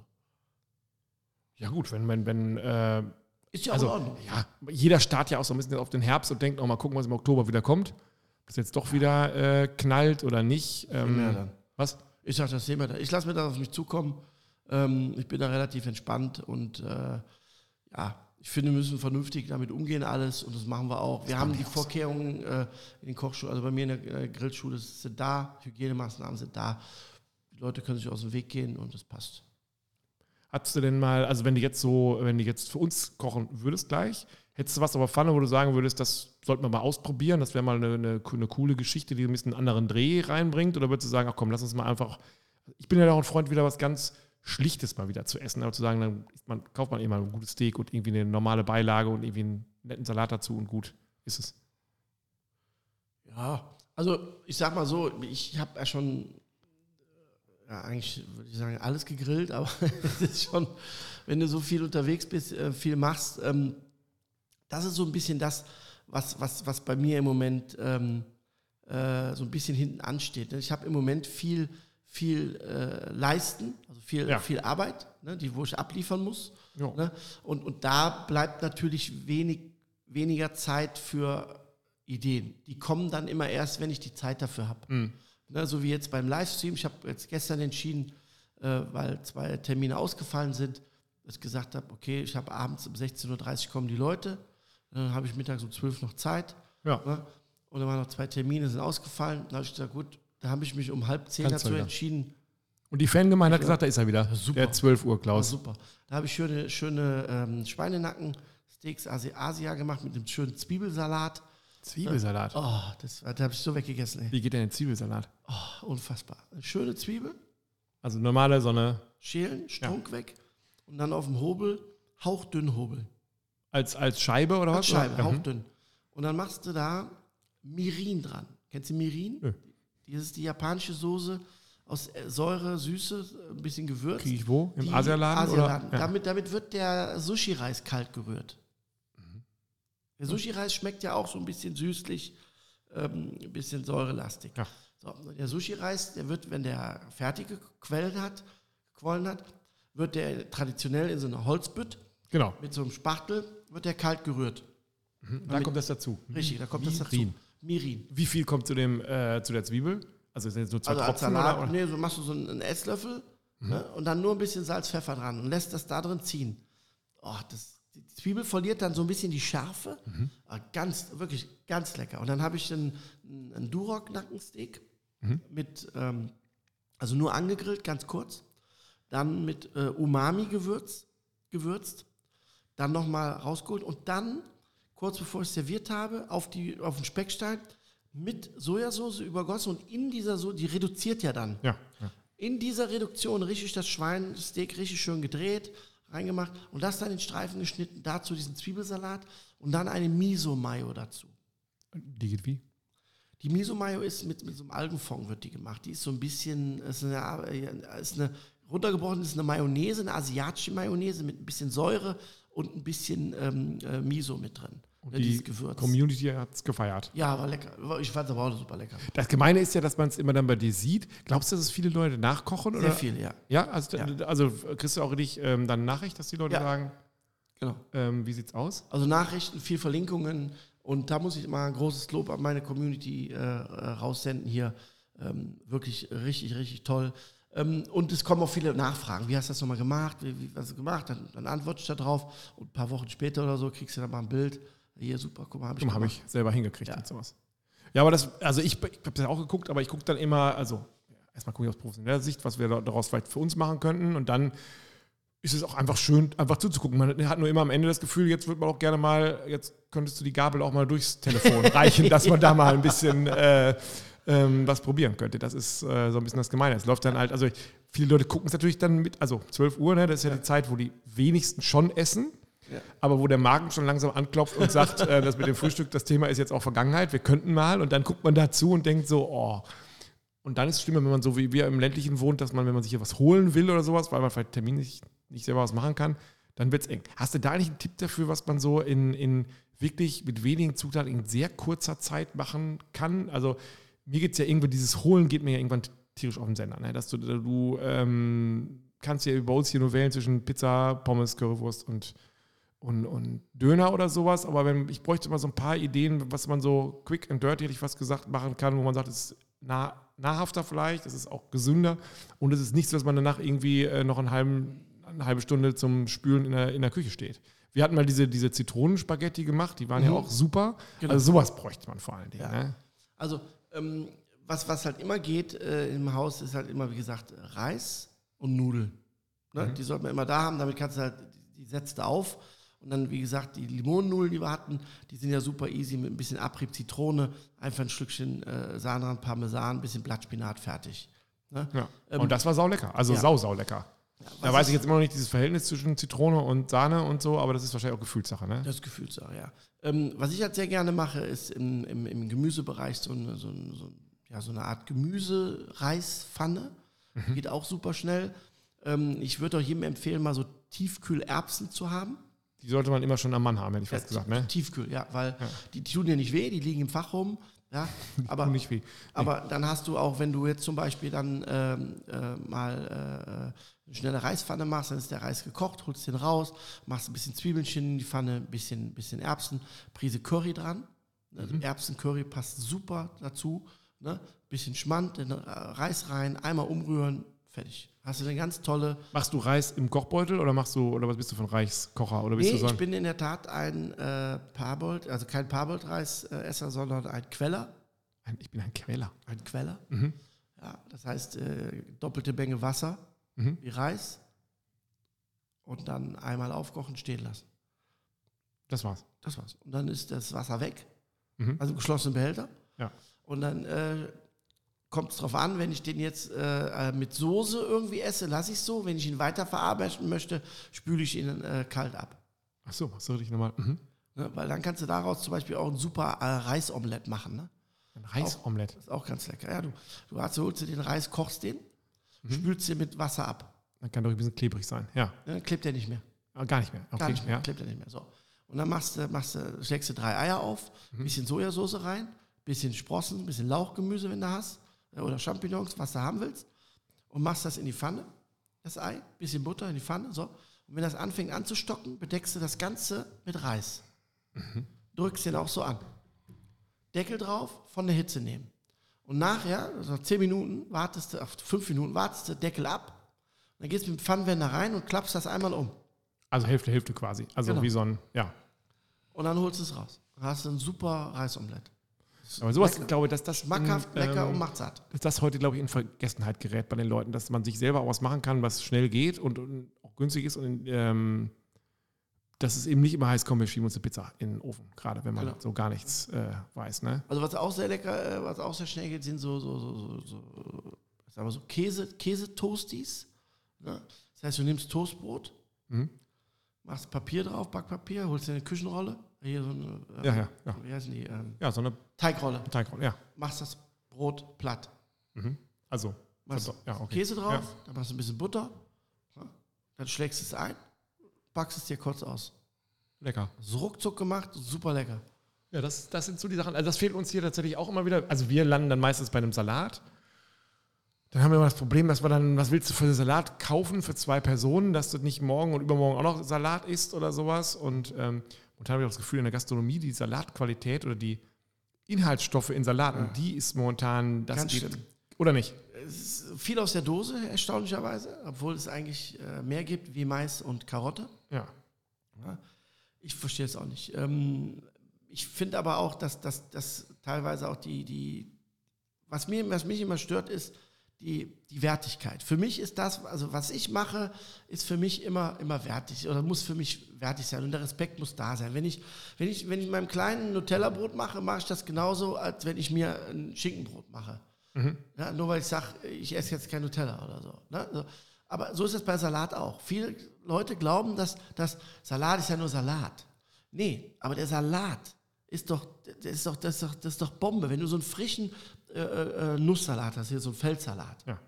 Speaker 1: Ja gut, wenn, wenn, wenn äh,
Speaker 2: Ist ja auch in
Speaker 1: also
Speaker 2: Ordnung.
Speaker 1: ja, jeder startet ja auch so ein bisschen auf den Herbst und denkt, oh, mal gucken, was im Oktober wieder kommt. Ob das jetzt doch wieder äh, knallt oder nicht. Ähm,
Speaker 2: wir dann.
Speaker 1: Was?
Speaker 2: Ich sage, das sehen wir dann. Ich lasse mir das auf mich zukommen. Ähm, ich bin da relativ entspannt und äh, ja, ich finde, wir müssen vernünftig damit umgehen alles und das machen wir auch. Wir haben die Vorkehrungen äh, in den Kochschulen, also bei mir in der äh, Grillschule sind da, Hygienemaßnahmen sind da. Die Leute können sich aus dem Weg gehen und das passt.
Speaker 1: Hattest du denn mal, also wenn du jetzt so, wenn du jetzt für uns kochen würdest gleich, hättest du was auf der Pfanne, wo du sagen würdest, das sollten wir mal ausprobieren, das wäre mal eine, eine, eine coole Geschichte, die ein bisschen einen anderen Dreh reinbringt? Oder würdest du sagen, ach komm, lass uns mal einfach, ich bin ja auch ein Freund, wieder was ganz Schlichtes mal wieder zu essen, aber zu sagen, dann isst man, kauft man eben mal ein gutes Steak und irgendwie eine normale Beilage und irgendwie einen netten Salat dazu und gut ist es.
Speaker 2: Ja, also ich sag mal so, ich habe ja schon äh, ja, eigentlich würde ich sagen, alles gegrillt, aber es ist schon, wenn du so viel unterwegs bist, äh, viel machst, ähm, das ist so ein bisschen das, was, was, was bei mir im Moment ähm, äh, so ein bisschen hinten ansteht. ne? Ich habe im Moment viel, viel äh, leisten, also viel,
Speaker 1: Ja.
Speaker 2: viel Arbeit, ne, die, wo ich abliefern muss.
Speaker 1: Ja.
Speaker 2: Ne? Und, und da bleibt natürlich wenig, weniger Zeit für Ideen. Die kommen dann immer erst, wenn ich die Zeit dafür habe.
Speaker 1: Hm.
Speaker 2: Ne, so wie jetzt beim Livestream. Ich habe jetzt gestern entschieden, äh, weil zwei Termine ausgefallen sind, dass ich gesagt habe, okay, ich habe abends um 16.30 Uhr kommen die Leute. Dann habe ich mittags um 12 Uhr noch Zeit.
Speaker 1: Ja.
Speaker 2: Ne? Und da waren noch zwei Termine, sind ausgefallen. Dann habe ich gesagt, gut, da habe ich mich um halb zehn
Speaker 1: Kannst du
Speaker 2: dazu
Speaker 1: wieder.
Speaker 2: entschieden,
Speaker 1: Und die Fangemeinde hat gesagt, da ist er wieder.
Speaker 2: super.
Speaker 1: Der 12 Uhr,
Speaker 2: war
Speaker 1: Klaus.
Speaker 2: super. Da habe ich schöne, schöne ähm, Schweinenacken-Steaks Asi- Asia gemacht mit einem schönen Zwiebelsalat.
Speaker 1: Zwiebelsalat.
Speaker 2: Oh, das, war- das habe ich so weggegessen. Ey.
Speaker 1: Wie geht denn der Zwiebelsalat?
Speaker 2: Oh, unfassbar. Schöne Zwiebel,
Speaker 1: Also normale Sonne
Speaker 2: schälen, Strunk weg und dann auf dem Hobel, hauchdünn Hobel.
Speaker 1: als, als Scheibe oder was?
Speaker 2: Scheibe,
Speaker 1: Mhm.
Speaker 2: hauchdünn. Und dann machst du da Mirin dran. Kennst du Mirin?
Speaker 1: Nö.
Speaker 2: Das ist die japanische Soße aus äh, Säure, Süße, ein bisschen Gewürz.
Speaker 1: Kriege ich wo? Im
Speaker 2: Die
Speaker 1: Asialaden?
Speaker 2: Asialaden.
Speaker 1: Oder? Ja.
Speaker 2: Damit, damit wird der Sushi-Reis kalt gerührt.
Speaker 1: Mhm.
Speaker 2: Der Sushi-Reis schmeckt ja auch so ein bisschen süßlich, ähm, ein bisschen säurelastig.
Speaker 1: Ja.
Speaker 2: So, der Sushi-Reis, der wird, wenn der fertig gequellen hat, gequollen hat, wird der traditionell in so einer Holzbütt
Speaker 1: Genau.
Speaker 2: mit so einem Spachtel, wird der kalt gerührt.
Speaker 1: Da kommt das dazu.
Speaker 2: Richtig, da kommt das dazu.
Speaker 1: Mhm. Mirin.
Speaker 2: Mirin.
Speaker 1: Wie viel kommt zu, dem, äh, zu der Zwiebel? Also sind jetzt nur zwei
Speaker 2: Also als
Speaker 1: Tropfen
Speaker 2: Salat,
Speaker 1: oder? Mhm.
Speaker 2: nee, so machst du so einen Esslöffel ne, und dann nur ein bisschen Salz, Pfeffer dran und lässt das da drin ziehen. Oh, das, die Zwiebel verliert dann so ein bisschen die Schärfe.
Speaker 1: Mhm.
Speaker 2: Aber ganz, wirklich ganz lecker. Und dann habe ich einen, einen Duroc-Nackensteak
Speaker 1: Mhm.
Speaker 2: mit, ähm, also nur angegrillt, ganz kurz. Dann mit äh, Umami-Gewürz gewürzt. Dann nochmal rausgeholt und dann, kurz bevor ich es serviert habe, auf, die, auf den Speckstein mit Sojasauce übergossen und in dieser Soße, die reduziert ja dann.
Speaker 1: Ja. ja.
Speaker 2: In dieser Reduktion richtig das Schweinsteak richtig schön gedreht, reingemacht und das dann in Streifen geschnitten, dazu diesen Zwiebelsalat und dann eine Miso-Mayo dazu.
Speaker 1: Die geht wie?
Speaker 2: Die Miso-Mayo ist mit, mit so einem Algenfond wird die gemacht. Die ist so ein bisschen, ist eine, äh, ist eine runtergebrochen ist eine Mayonnaise, eine asiatische Mayonnaise mit ein bisschen Säure und ein bisschen ähm, äh, Miso mit drin.
Speaker 1: Und
Speaker 2: Ja,
Speaker 1: die
Speaker 2: dieses Gewürz.
Speaker 1: Community hat es gefeiert.
Speaker 2: Ja, war lecker. Ich fand es aber auch super lecker.
Speaker 1: Das Gemeine ist ja, dass man es immer dann bei dir sieht. Glaubst du, dass es viele Leute nachkochen?
Speaker 2: Sehr
Speaker 1: oder?
Speaker 2: viel, ja.
Speaker 1: Ja, also,
Speaker 2: Ja.
Speaker 1: also kriegst du auch richtig ähm, dann eine Nachricht, dass die Leute
Speaker 2: Ja.
Speaker 1: sagen,
Speaker 2: Genau.
Speaker 1: ähm, wie sieht's aus?
Speaker 2: Also Nachrichten, viel Verlinkungen und da muss ich mal ein großes Lob an meine Community äh, äh, raussenden hier. Ähm, wirklich richtig, richtig toll. Ähm, und es kommen auch viele Nachfragen. Wie hast du das nochmal gemacht? Wie, wie hast du gemacht? Dann, dann antworte ich da drauf und ein paar Wochen später oder so kriegst du dann mal ein Bild. Hier, super, guck mal, habe ich
Speaker 1: Habe
Speaker 2: gemacht.
Speaker 1: ich selber hingekriegt
Speaker 2: Ja.
Speaker 1: und sowas. Ja, aber das, also ich, ich habe das auch geguckt, aber ich gucke dann immer, also erstmal gucke ich aus professioneller Sicht, was wir da- daraus vielleicht für uns machen könnten und dann ist es auch einfach schön, einfach zuzugucken. Man hat nur immer am Ende das Gefühl, jetzt wird man auch gerne mal, jetzt könntest du die Gabel auch mal durchs Telefon reichen, dass man da mal ein bisschen äh, ähm, was probieren könnte. Das ist äh, so ein bisschen das Gemeine. Es läuft dann halt, also viele Leute gucken es natürlich dann mit, also 12 Uhr, ne, das ist ja, die Zeit, wo die wenigsten schon essen. Aber wo der Magen schon langsam anklopft und sagt, äh, das mit dem Frühstück, das Thema ist jetzt auch Vergangenheit, wir könnten mal. Und dann guckt man dazu und denkt so, oh, und dann ist es schlimmer, wenn man so wie wir im ländlichen wohnt, dass man, wenn man sich hier was holen will oder sowas, weil man vielleicht terminlich nicht selber was machen kann, dann wird es eng. Hast du da eigentlich einen Tipp dafür, was man so in, in wirklich mit wenigen Zutaten in sehr kurzer Zeit machen kann? Also mir geht es ja irgendwann, dieses Holen geht mir ja irgendwann tierisch auf den Sender. Ne? Dass du, du ähm, kannst ja bei uns hier nur wählen zwischen Pizza, Pommes, Currywurst und, und, und Döner oder sowas. Aber wenn, ich bräuchte mal so ein paar Ideen, was man so quick and dirty, hätte ich fast gesagt, machen kann, wo man sagt, es ist nah, nahrhafter vielleicht, es ist auch gesünder und es ist nichts, was man danach irgendwie äh, noch einen halben, eine halbe Stunde zum Spülen in der, in der Küche steht. Wir hatten mal diese, diese Zitronenspaghetti gemacht, die waren
Speaker 2: Mhm.
Speaker 1: ja auch super.
Speaker 2: Genau.
Speaker 1: Also sowas bräuchte man vor allen Dingen. Ne?
Speaker 2: Also, ähm, was, was halt immer geht äh, im Haus, ist halt immer, wie gesagt, Reis und Nudeln. Ne?
Speaker 1: Mhm.
Speaker 2: Die sollte man immer da haben, damit kannst du halt, die setzt du auf. Und dann, wie gesagt, die Limonennudeln, die wir hatten, die sind ja super easy mit ein bisschen Abrieb Zitrone, einfach ein Stückchen äh, Sahne ran, Parmesan, ein bisschen Blattspinat, fertig. Ne?
Speaker 1: Ja.
Speaker 2: Ähm,
Speaker 1: und das war saulecker, also
Speaker 2: ja.
Speaker 1: sau, sau lecker. da
Speaker 2: was
Speaker 1: weiß
Speaker 2: ist-
Speaker 1: ich jetzt immer noch nicht dieses Verhältnis zwischen Zitrone und Sahne und so, aber das ist wahrscheinlich auch Gefühlssache. Ne?
Speaker 2: Das Gefühlssache, ja. Ähm, was ich halt sehr gerne mache, ist im, im, im Gemüsebereich so eine, so, ein- so, ein- ja, so eine Art Gemüsereispfanne.
Speaker 1: Mhm.
Speaker 2: Geht auch super schnell. Ähm, ich würde auch jedem empfehlen, mal so Tiefkühlerbsen zu haben.
Speaker 1: Die sollte man immer schon am Mann haben, hätte ich fast gesagt. Ne?
Speaker 2: Tiefkühl, ja, weil Die, die tun dir nicht weh, die liegen im Fach rum. Ja, aber,
Speaker 1: Tun nicht weh.
Speaker 2: aber dann hast du auch, wenn du jetzt zum Beispiel dann ähm, äh, mal äh, eine schnelle Reispfanne machst, dann ist der Reis gekocht, holst den raus, machst ein bisschen Zwiebelchen in die Pfanne, ein bisschen, bisschen Erbsen, Prise Curry dran.
Speaker 1: Mhm.
Speaker 2: Also Erbsen-Curry passt super dazu. Ne? Bisschen Schmand, den äh, Reis rein, einmal umrühren, fertig. Hast du eine ganz tolle
Speaker 1: Machst du Reis im Kochbeutel oder machst du oder was bist du von Reichskocher oder bist
Speaker 2: Nee,
Speaker 1: du so
Speaker 2: ich
Speaker 1: ein,
Speaker 2: bin in der Tat ein äh, Parbold, also kein Parbold-Reisesser, sondern ein Queller.
Speaker 1: ein, ich bin ein Queller.
Speaker 2: Ein Queller. Ja, das heißt, äh, doppelte Menge Wasser
Speaker 1: Mhm.
Speaker 2: wie Reis und dann einmal aufkochen, stehen lassen.
Speaker 1: Das war's.
Speaker 2: Das war's. Und dann ist das Wasser weg,
Speaker 1: Mhm.
Speaker 2: also im geschlossenen Behälter.
Speaker 1: Ja.
Speaker 2: Und dann äh, kommt es drauf an, wenn ich den jetzt äh, äh, mit Soße irgendwie esse, lasse ich es so. Wenn ich ihn weiter verarbeiten möchte, spüle ich ihn äh, kalt ab.
Speaker 1: Ach so, machst du richtig nochmal. Mhm.
Speaker 2: Ne? Weil dann kannst du daraus zum Beispiel auch ein super äh, Reisomelett machen. Ne?
Speaker 1: Ein Reisomelett.
Speaker 2: Ist auch ganz lecker. Ja, du, du hast, holst dir den Reis, kochst den,
Speaker 1: Mhm.
Speaker 2: spülst den mit Wasser ab.
Speaker 1: Dann kann doch ein bisschen klebrig sein. Ja,
Speaker 2: Ne? Dann klebt der nicht mehr.
Speaker 1: aber gar nicht mehr. Okay,
Speaker 2: Gar nicht mehr.
Speaker 1: ja.
Speaker 2: Klebt er nicht mehr. So. Und dann machst du, machst du, schlägst du drei Eier auf, bisschen Sojasauce rein, bisschen Sprossen, bisschen Lauchgemüse, wenn du hast, äh, oder Champignons, was du haben willst. Und machst das in die Pfanne, das Ei, bisschen Butter in die Pfanne. So. Und wenn das anfängt anzustocken, bedeckst du das Ganze mit Reis. Drückst den auch so an. Deckel drauf, von der Hitze nehmen. Und nachher, also nach 10 Minuten, wartest du, auf 5 Minuten wartest du, Deckel ab. Dann gehst du mit dem Pfannenwender rein und klappst das einmal um.
Speaker 1: Also Hälfte, Hälfte quasi. Also
Speaker 2: Genau.
Speaker 1: wie so ein, ja.
Speaker 2: Und dann holst du es raus. Dann hast du ein super Reisomelett.
Speaker 1: Aber sowas, ich glaube, dass das
Speaker 2: Schmackhaft,
Speaker 1: in,
Speaker 2: lecker
Speaker 1: ähm,
Speaker 2: und macht satt.
Speaker 1: dass das heute, glaube ich, in Vergessenheit gerät bei den Leuten, dass man sich selber auch was machen kann, was schnell geht und, und auch günstig ist und ähm, dass es eben nicht immer heißt, komm, wir schieben uns eine Pizza in den Ofen, gerade wenn man
Speaker 2: Genau.
Speaker 1: so gar nichts äh, weiß. Ne?
Speaker 2: Also was auch sehr lecker, äh, was auch sehr schnell geht, sind so, so, so, so, so, ich sag mal so Käse, Käsetoasties. Ne? Das heißt, du nimmst Toastbrot,
Speaker 1: Mhm.
Speaker 2: machst Papier drauf, Backpapier, holst dir eine Küchenrolle. Hier so eine, äh,
Speaker 1: Ja, ja, ja.
Speaker 2: wie heißen die? Ähm,
Speaker 1: Ja, so eine
Speaker 2: Teigrolle.
Speaker 1: Teigrolle, ja.
Speaker 2: Machst das Brot platt.
Speaker 1: Also,
Speaker 2: Machst
Speaker 1: Verdau- ja, okay.
Speaker 2: Käse drauf,
Speaker 1: Ja.
Speaker 2: dann machst du ein bisschen Butter, ne? dann schlägst du es ein, backst es dir kurz aus.
Speaker 1: lecker.
Speaker 2: So ruckzuck gemacht, super lecker.
Speaker 1: Ja, das, das sind so die Sachen. Also das fehlt uns hier tatsächlich auch immer wieder. Also wir landen dann meistens bei einem Salat. Dann haben wir immer das Problem, dass wir dann, was willst du für einen Salat kaufen für zwei Personen, dass du nicht morgen und übermorgen auch noch Salat isst oder sowas. Und ähm, und habe ich auch das Gefühl, in der Gastronomie die Salatqualität oder die Inhaltsstoffe in Salaten, die ist momentan das
Speaker 2: Ganz
Speaker 1: geht,
Speaker 2: schlimm.
Speaker 1: Oder nicht?
Speaker 2: viel aus der Dose, erstaunlicherweise, obwohl es eigentlich äh, mehr gibt wie Mais und Karotte.
Speaker 1: Ja.
Speaker 2: Ich verstehe es auch nicht. Ähm, ich finde aber auch, dass, dass, dass, teilweise auch die, die was, mir, was mich immer stört, ist die, die Wertigkeit. Für mich ist das, also was ich mache, ist für mich immer, immer wertig oder muss für mich wertig sein und der Respekt muss da sein. Wenn ich, wenn ich, wenn ich meinem kleinen Nutella-Brot mache, mache ich das genauso, als wenn ich mir ein Schinkenbrot mache. Ja, ne, nur weil ich sage, ich esse jetzt kein Nutella oder so. Ne? so. Aber so ist es bei Salat auch. Viele Leute glauben, dass, dass Salat ist ja nur Salat. Nee, aber der Salat ist doch, das ist doch, das ist doch, das ist doch Bombe. Wenn du so einen frischen äh, äh, Nusssalat hast, hier so einen Feldsalat.
Speaker 1: Ja.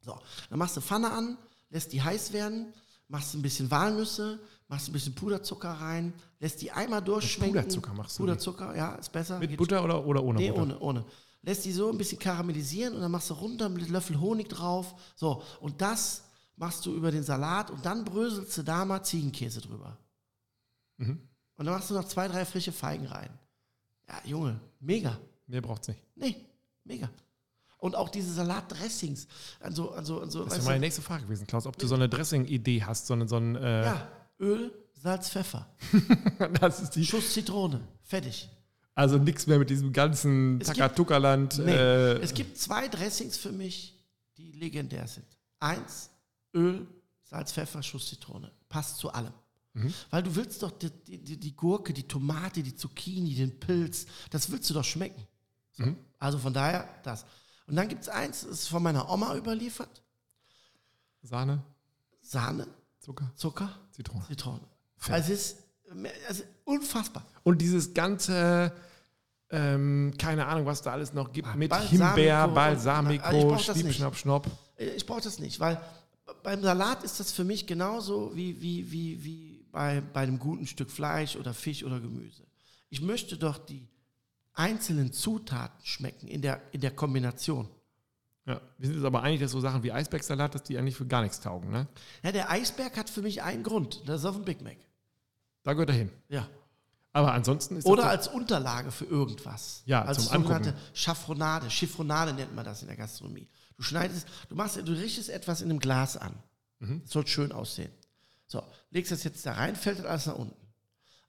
Speaker 2: So, dann machst du Pfanne an, lässt die heiß werden, machst ein bisschen Walnüsse, machst ein bisschen Puderzucker rein, lässt die einmal durchschwenken.
Speaker 1: Puderzucker machst du die?
Speaker 2: Puderzucker, ja, ist besser.
Speaker 1: Mit
Speaker 2: Geht
Speaker 1: Butter oder, oder ohne
Speaker 2: Nee,
Speaker 1: Butter?
Speaker 2: ohne, ohne. Lässt die so ein bisschen karamellisieren und dann machst du runter mit Löffel Honig drauf. So, und das machst du über den Salat und dann bröselst du da mal Ziegenkäse drüber.
Speaker 1: Mhm.
Speaker 2: Und dann machst du noch zwei, drei frische Feigen rein. Ja, Junge, mega.
Speaker 1: Mehr braucht es nicht.
Speaker 2: Nee, mega. Und auch diese Salatdressings. Also, also, also,
Speaker 1: Das
Speaker 2: weißt
Speaker 1: ist
Speaker 2: du-
Speaker 1: ja meine nächste Frage gewesen, Klaus, ob du so eine Dressing-Idee hast, so eine, so ein, äh,
Speaker 2: ja, Öl, Salz, Pfeffer,
Speaker 1: das ist die.
Speaker 2: Schuss Zitrone, fertig.
Speaker 1: Also nichts mehr mit diesem ganzen
Speaker 2: Es gibt-
Speaker 1: Takatukaland.
Speaker 2: Nee.
Speaker 1: Äh,
Speaker 2: es gibt zwei Dressings für mich, die legendär sind. Eins, Öl, Salz, Pfeffer, Schuss Zitrone. Passt zu allem. Weil du willst doch die, die, die- die Gurke, die Tomate, die Zucchini, den Pilz, das willst du doch schmecken. So. Also von daher das. Und dann gibt es eins, das ist von meiner Oma überliefert.
Speaker 1: Sahne,
Speaker 2: Sahne,
Speaker 1: Zucker,
Speaker 2: Zucker,
Speaker 1: Zitrone.
Speaker 2: Zitrone. Also es ist also unfassbar.
Speaker 1: Und dieses ganze, ähm, keine Ahnung, was da alles noch gibt, mit
Speaker 2: Balsamico
Speaker 1: Himbeer,
Speaker 2: und- Ich
Speaker 1: Balsamico,
Speaker 2: brauch das
Speaker 1: Schnipp,
Speaker 2: nicht.
Speaker 1: Schnapp, Schnopp.
Speaker 2: Äh, Ich brauche das nicht, weil beim Salat ist das für mich genauso wie, wie, wie, wie bei, bei einem guten Stück Fleisch oder Fisch oder Gemüse. Ich möchte doch die einzelnen Zutaten schmecken in der, in der Kombination.
Speaker 1: Ja. Wir sind uns aber einig, dass so Sachen wie Eisbergsalat, dass die eigentlich für gar nichts taugen. Ne?
Speaker 2: Ja, der Eisberg hat für mich einen Grund. Das ist auf dem Big Mac.
Speaker 1: Da gehört er hin.
Speaker 2: Ja.
Speaker 1: Aber ansonsten ist
Speaker 2: Oder
Speaker 1: das
Speaker 2: als Unterlage für irgendwas.
Speaker 1: Ja,
Speaker 2: als
Speaker 1: zum
Speaker 2: sogenannte
Speaker 1: Angucken.
Speaker 2: Schaffronade. Chiffronade nennt man das in der Gastronomie. Du schneidest, du machst, du richtest etwas in einem Glas an.
Speaker 1: Mhm.
Speaker 2: Das soll schön aussehen. So, legst das jetzt da rein, fällt das alles nach unten.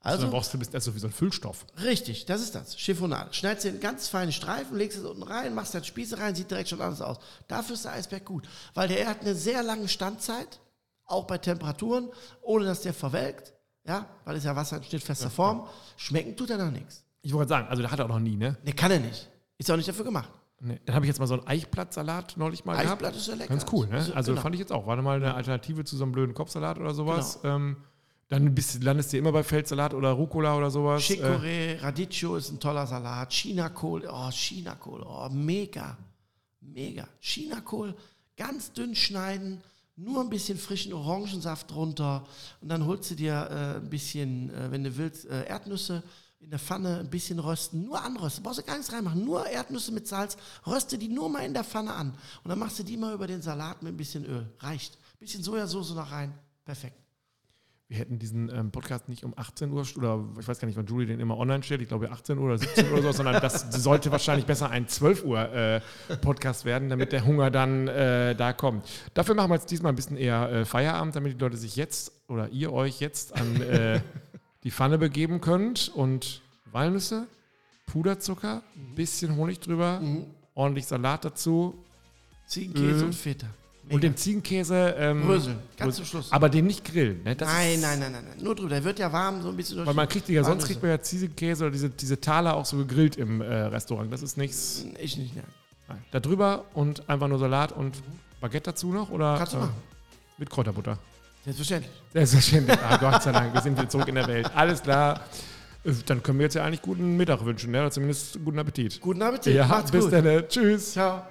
Speaker 1: also, dann
Speaker 2: Also,
Speaker 1: brauchst du ein bisschen, das ist so wie so ein Füllstoff.
Speaker 2: richtig, das ist das. Chiffonade. Schneidest dir in ganz feine Streifen, legst es unten rein, machst dann Spieße rein, sieht direkt schon anders aus. Dafür ist der Eisberg gut, weil der hat eine sehr lange Standzeit, auch bei Temperaturen, ohne dass der verwelkt. Ja, weil es ja Wasser in schnittfester Form. Schmecken tut er noch nichts.
Speaker 1: Ich wollte gerade sagen, also der hat er auch noch nie, ne?
Speaker 2: Ne, kann er nicht. Ist auch nicht dafür gemacht.
Speaker 1: Nee. Dann habe ich jetzt mal so einen Eichblattsalat neulich mal gehabt.
Speaker 2: Eisblatt ist ja lecker.
Speaker 1: Ganz cool, ne?
Speaker 2: Ist-
Speaker 1: Also
Speaker 2: genau.
Speaker 1: fand ich jetzt auch. Warte mal, eine Alternative zu so einem blöden Kopfsalat oder sowas.
Speaker 2: Genau.
Speaker 1: Ähm, dann bist, landest du immer bei Feldsalat oder Rucola oder sowas. Äh,
Speaker 2: Chicorée, Radicchio ist ein toller Salat. Chinakohl, oh, Chinakohl, oh, mega. Mega. Chinakohl ganz dünn schneiden, nur ein bisschen frischen Orangensaft drunter und dann holst du dir äh, ein bisschen, äh, wenn du willst, äh, Erdnüsse in der Pfanne ein bisschen rösten, nur anrösten, brauchst du gar nichts reinmachen, nur Erdnüsse mit Salz, röste die nur mal in der Pfanne an und dann machst du die mal über den Salat mit ein bisschen Öl, reicht. bisschen Sojasauce noch rein, perfekt.
Speaker 1: wir hätten diesen ähm, Podcast nicht um 18 Uhr st- oder ich weiß gar nicht, wann Julie den immer online stellt. Ich glaube 18 Uhr oder 17 Uhr oder so, sondern das sollte wahrscheinlich besser ein 12 Uhr äh, Podcast werden, damit der Hunger dann äh, da kommt. Dafür machen wir jetzt diesmal ein bisschen eher äh, Feierabend, damit die Leute sich jetzt oder ihr euch jetzt an äh, die Pfanne begeben könnt und Walnüsse, Puderzucker,
Speaker 2: Mhm.
Speaker 1: bisschen Honig drüber, ordentlich Salat dazu,
Speaker 2: Ziegenkäse
Speaker 1: Öl.
Speaker 2: und Feta.
Speaker 1: Mhm. Und den Ziegenkäse. Ähm,
Speaker 2: Bröseln, ganz
Speaker 1: bröseln.
Speaker 2: zum Schluss.
Speaker 1: Aber den nicht grillen. Ne? Das
Speaker 2: Nein,
Speaker 1: ist-
Speaker 2: nein, nein, nein, nein. Nur drüber. Der wird ja warm, so ein bisschen durch.
Speaker 1: Weil man kriegt die ja, sonst kriegt
Speaker 2: Walnüsse.
Speaker 1: man ja Ziegenkäse oder diese, diese Taler auch so gegrillt im äh, Restaurant. Das ist nichts.
Speaker 2: Ich nicht, nein.
Speaker 1: Nein. Da drüber und einfach nur Salat und Baguette dazu noch oder
Speaker 2: Kannst du
Speaker 1: äh,
Speaker 2: machen.
Speaker 1: mit Kräuterbutter.
Speaker 2: Selbstverständlich.
Speaker 1: Selbstverständlich. Ah, Gott sei Dank, wir sind wieder zurück in der Welt. Alles klar. Äh, Dann können wir jetzt ja eigentlich guten Mittag wünschen, ne? oder zumindest guten Appetit.
Speaker 2: Guten Appetit.
Speaker 1: Ja,
Speaker 2: Macht's
Speaker 1: bis
Speaker 2: gut.
Speaker 1: dann. ne? Tschüss.
Speaker 2: Ciao.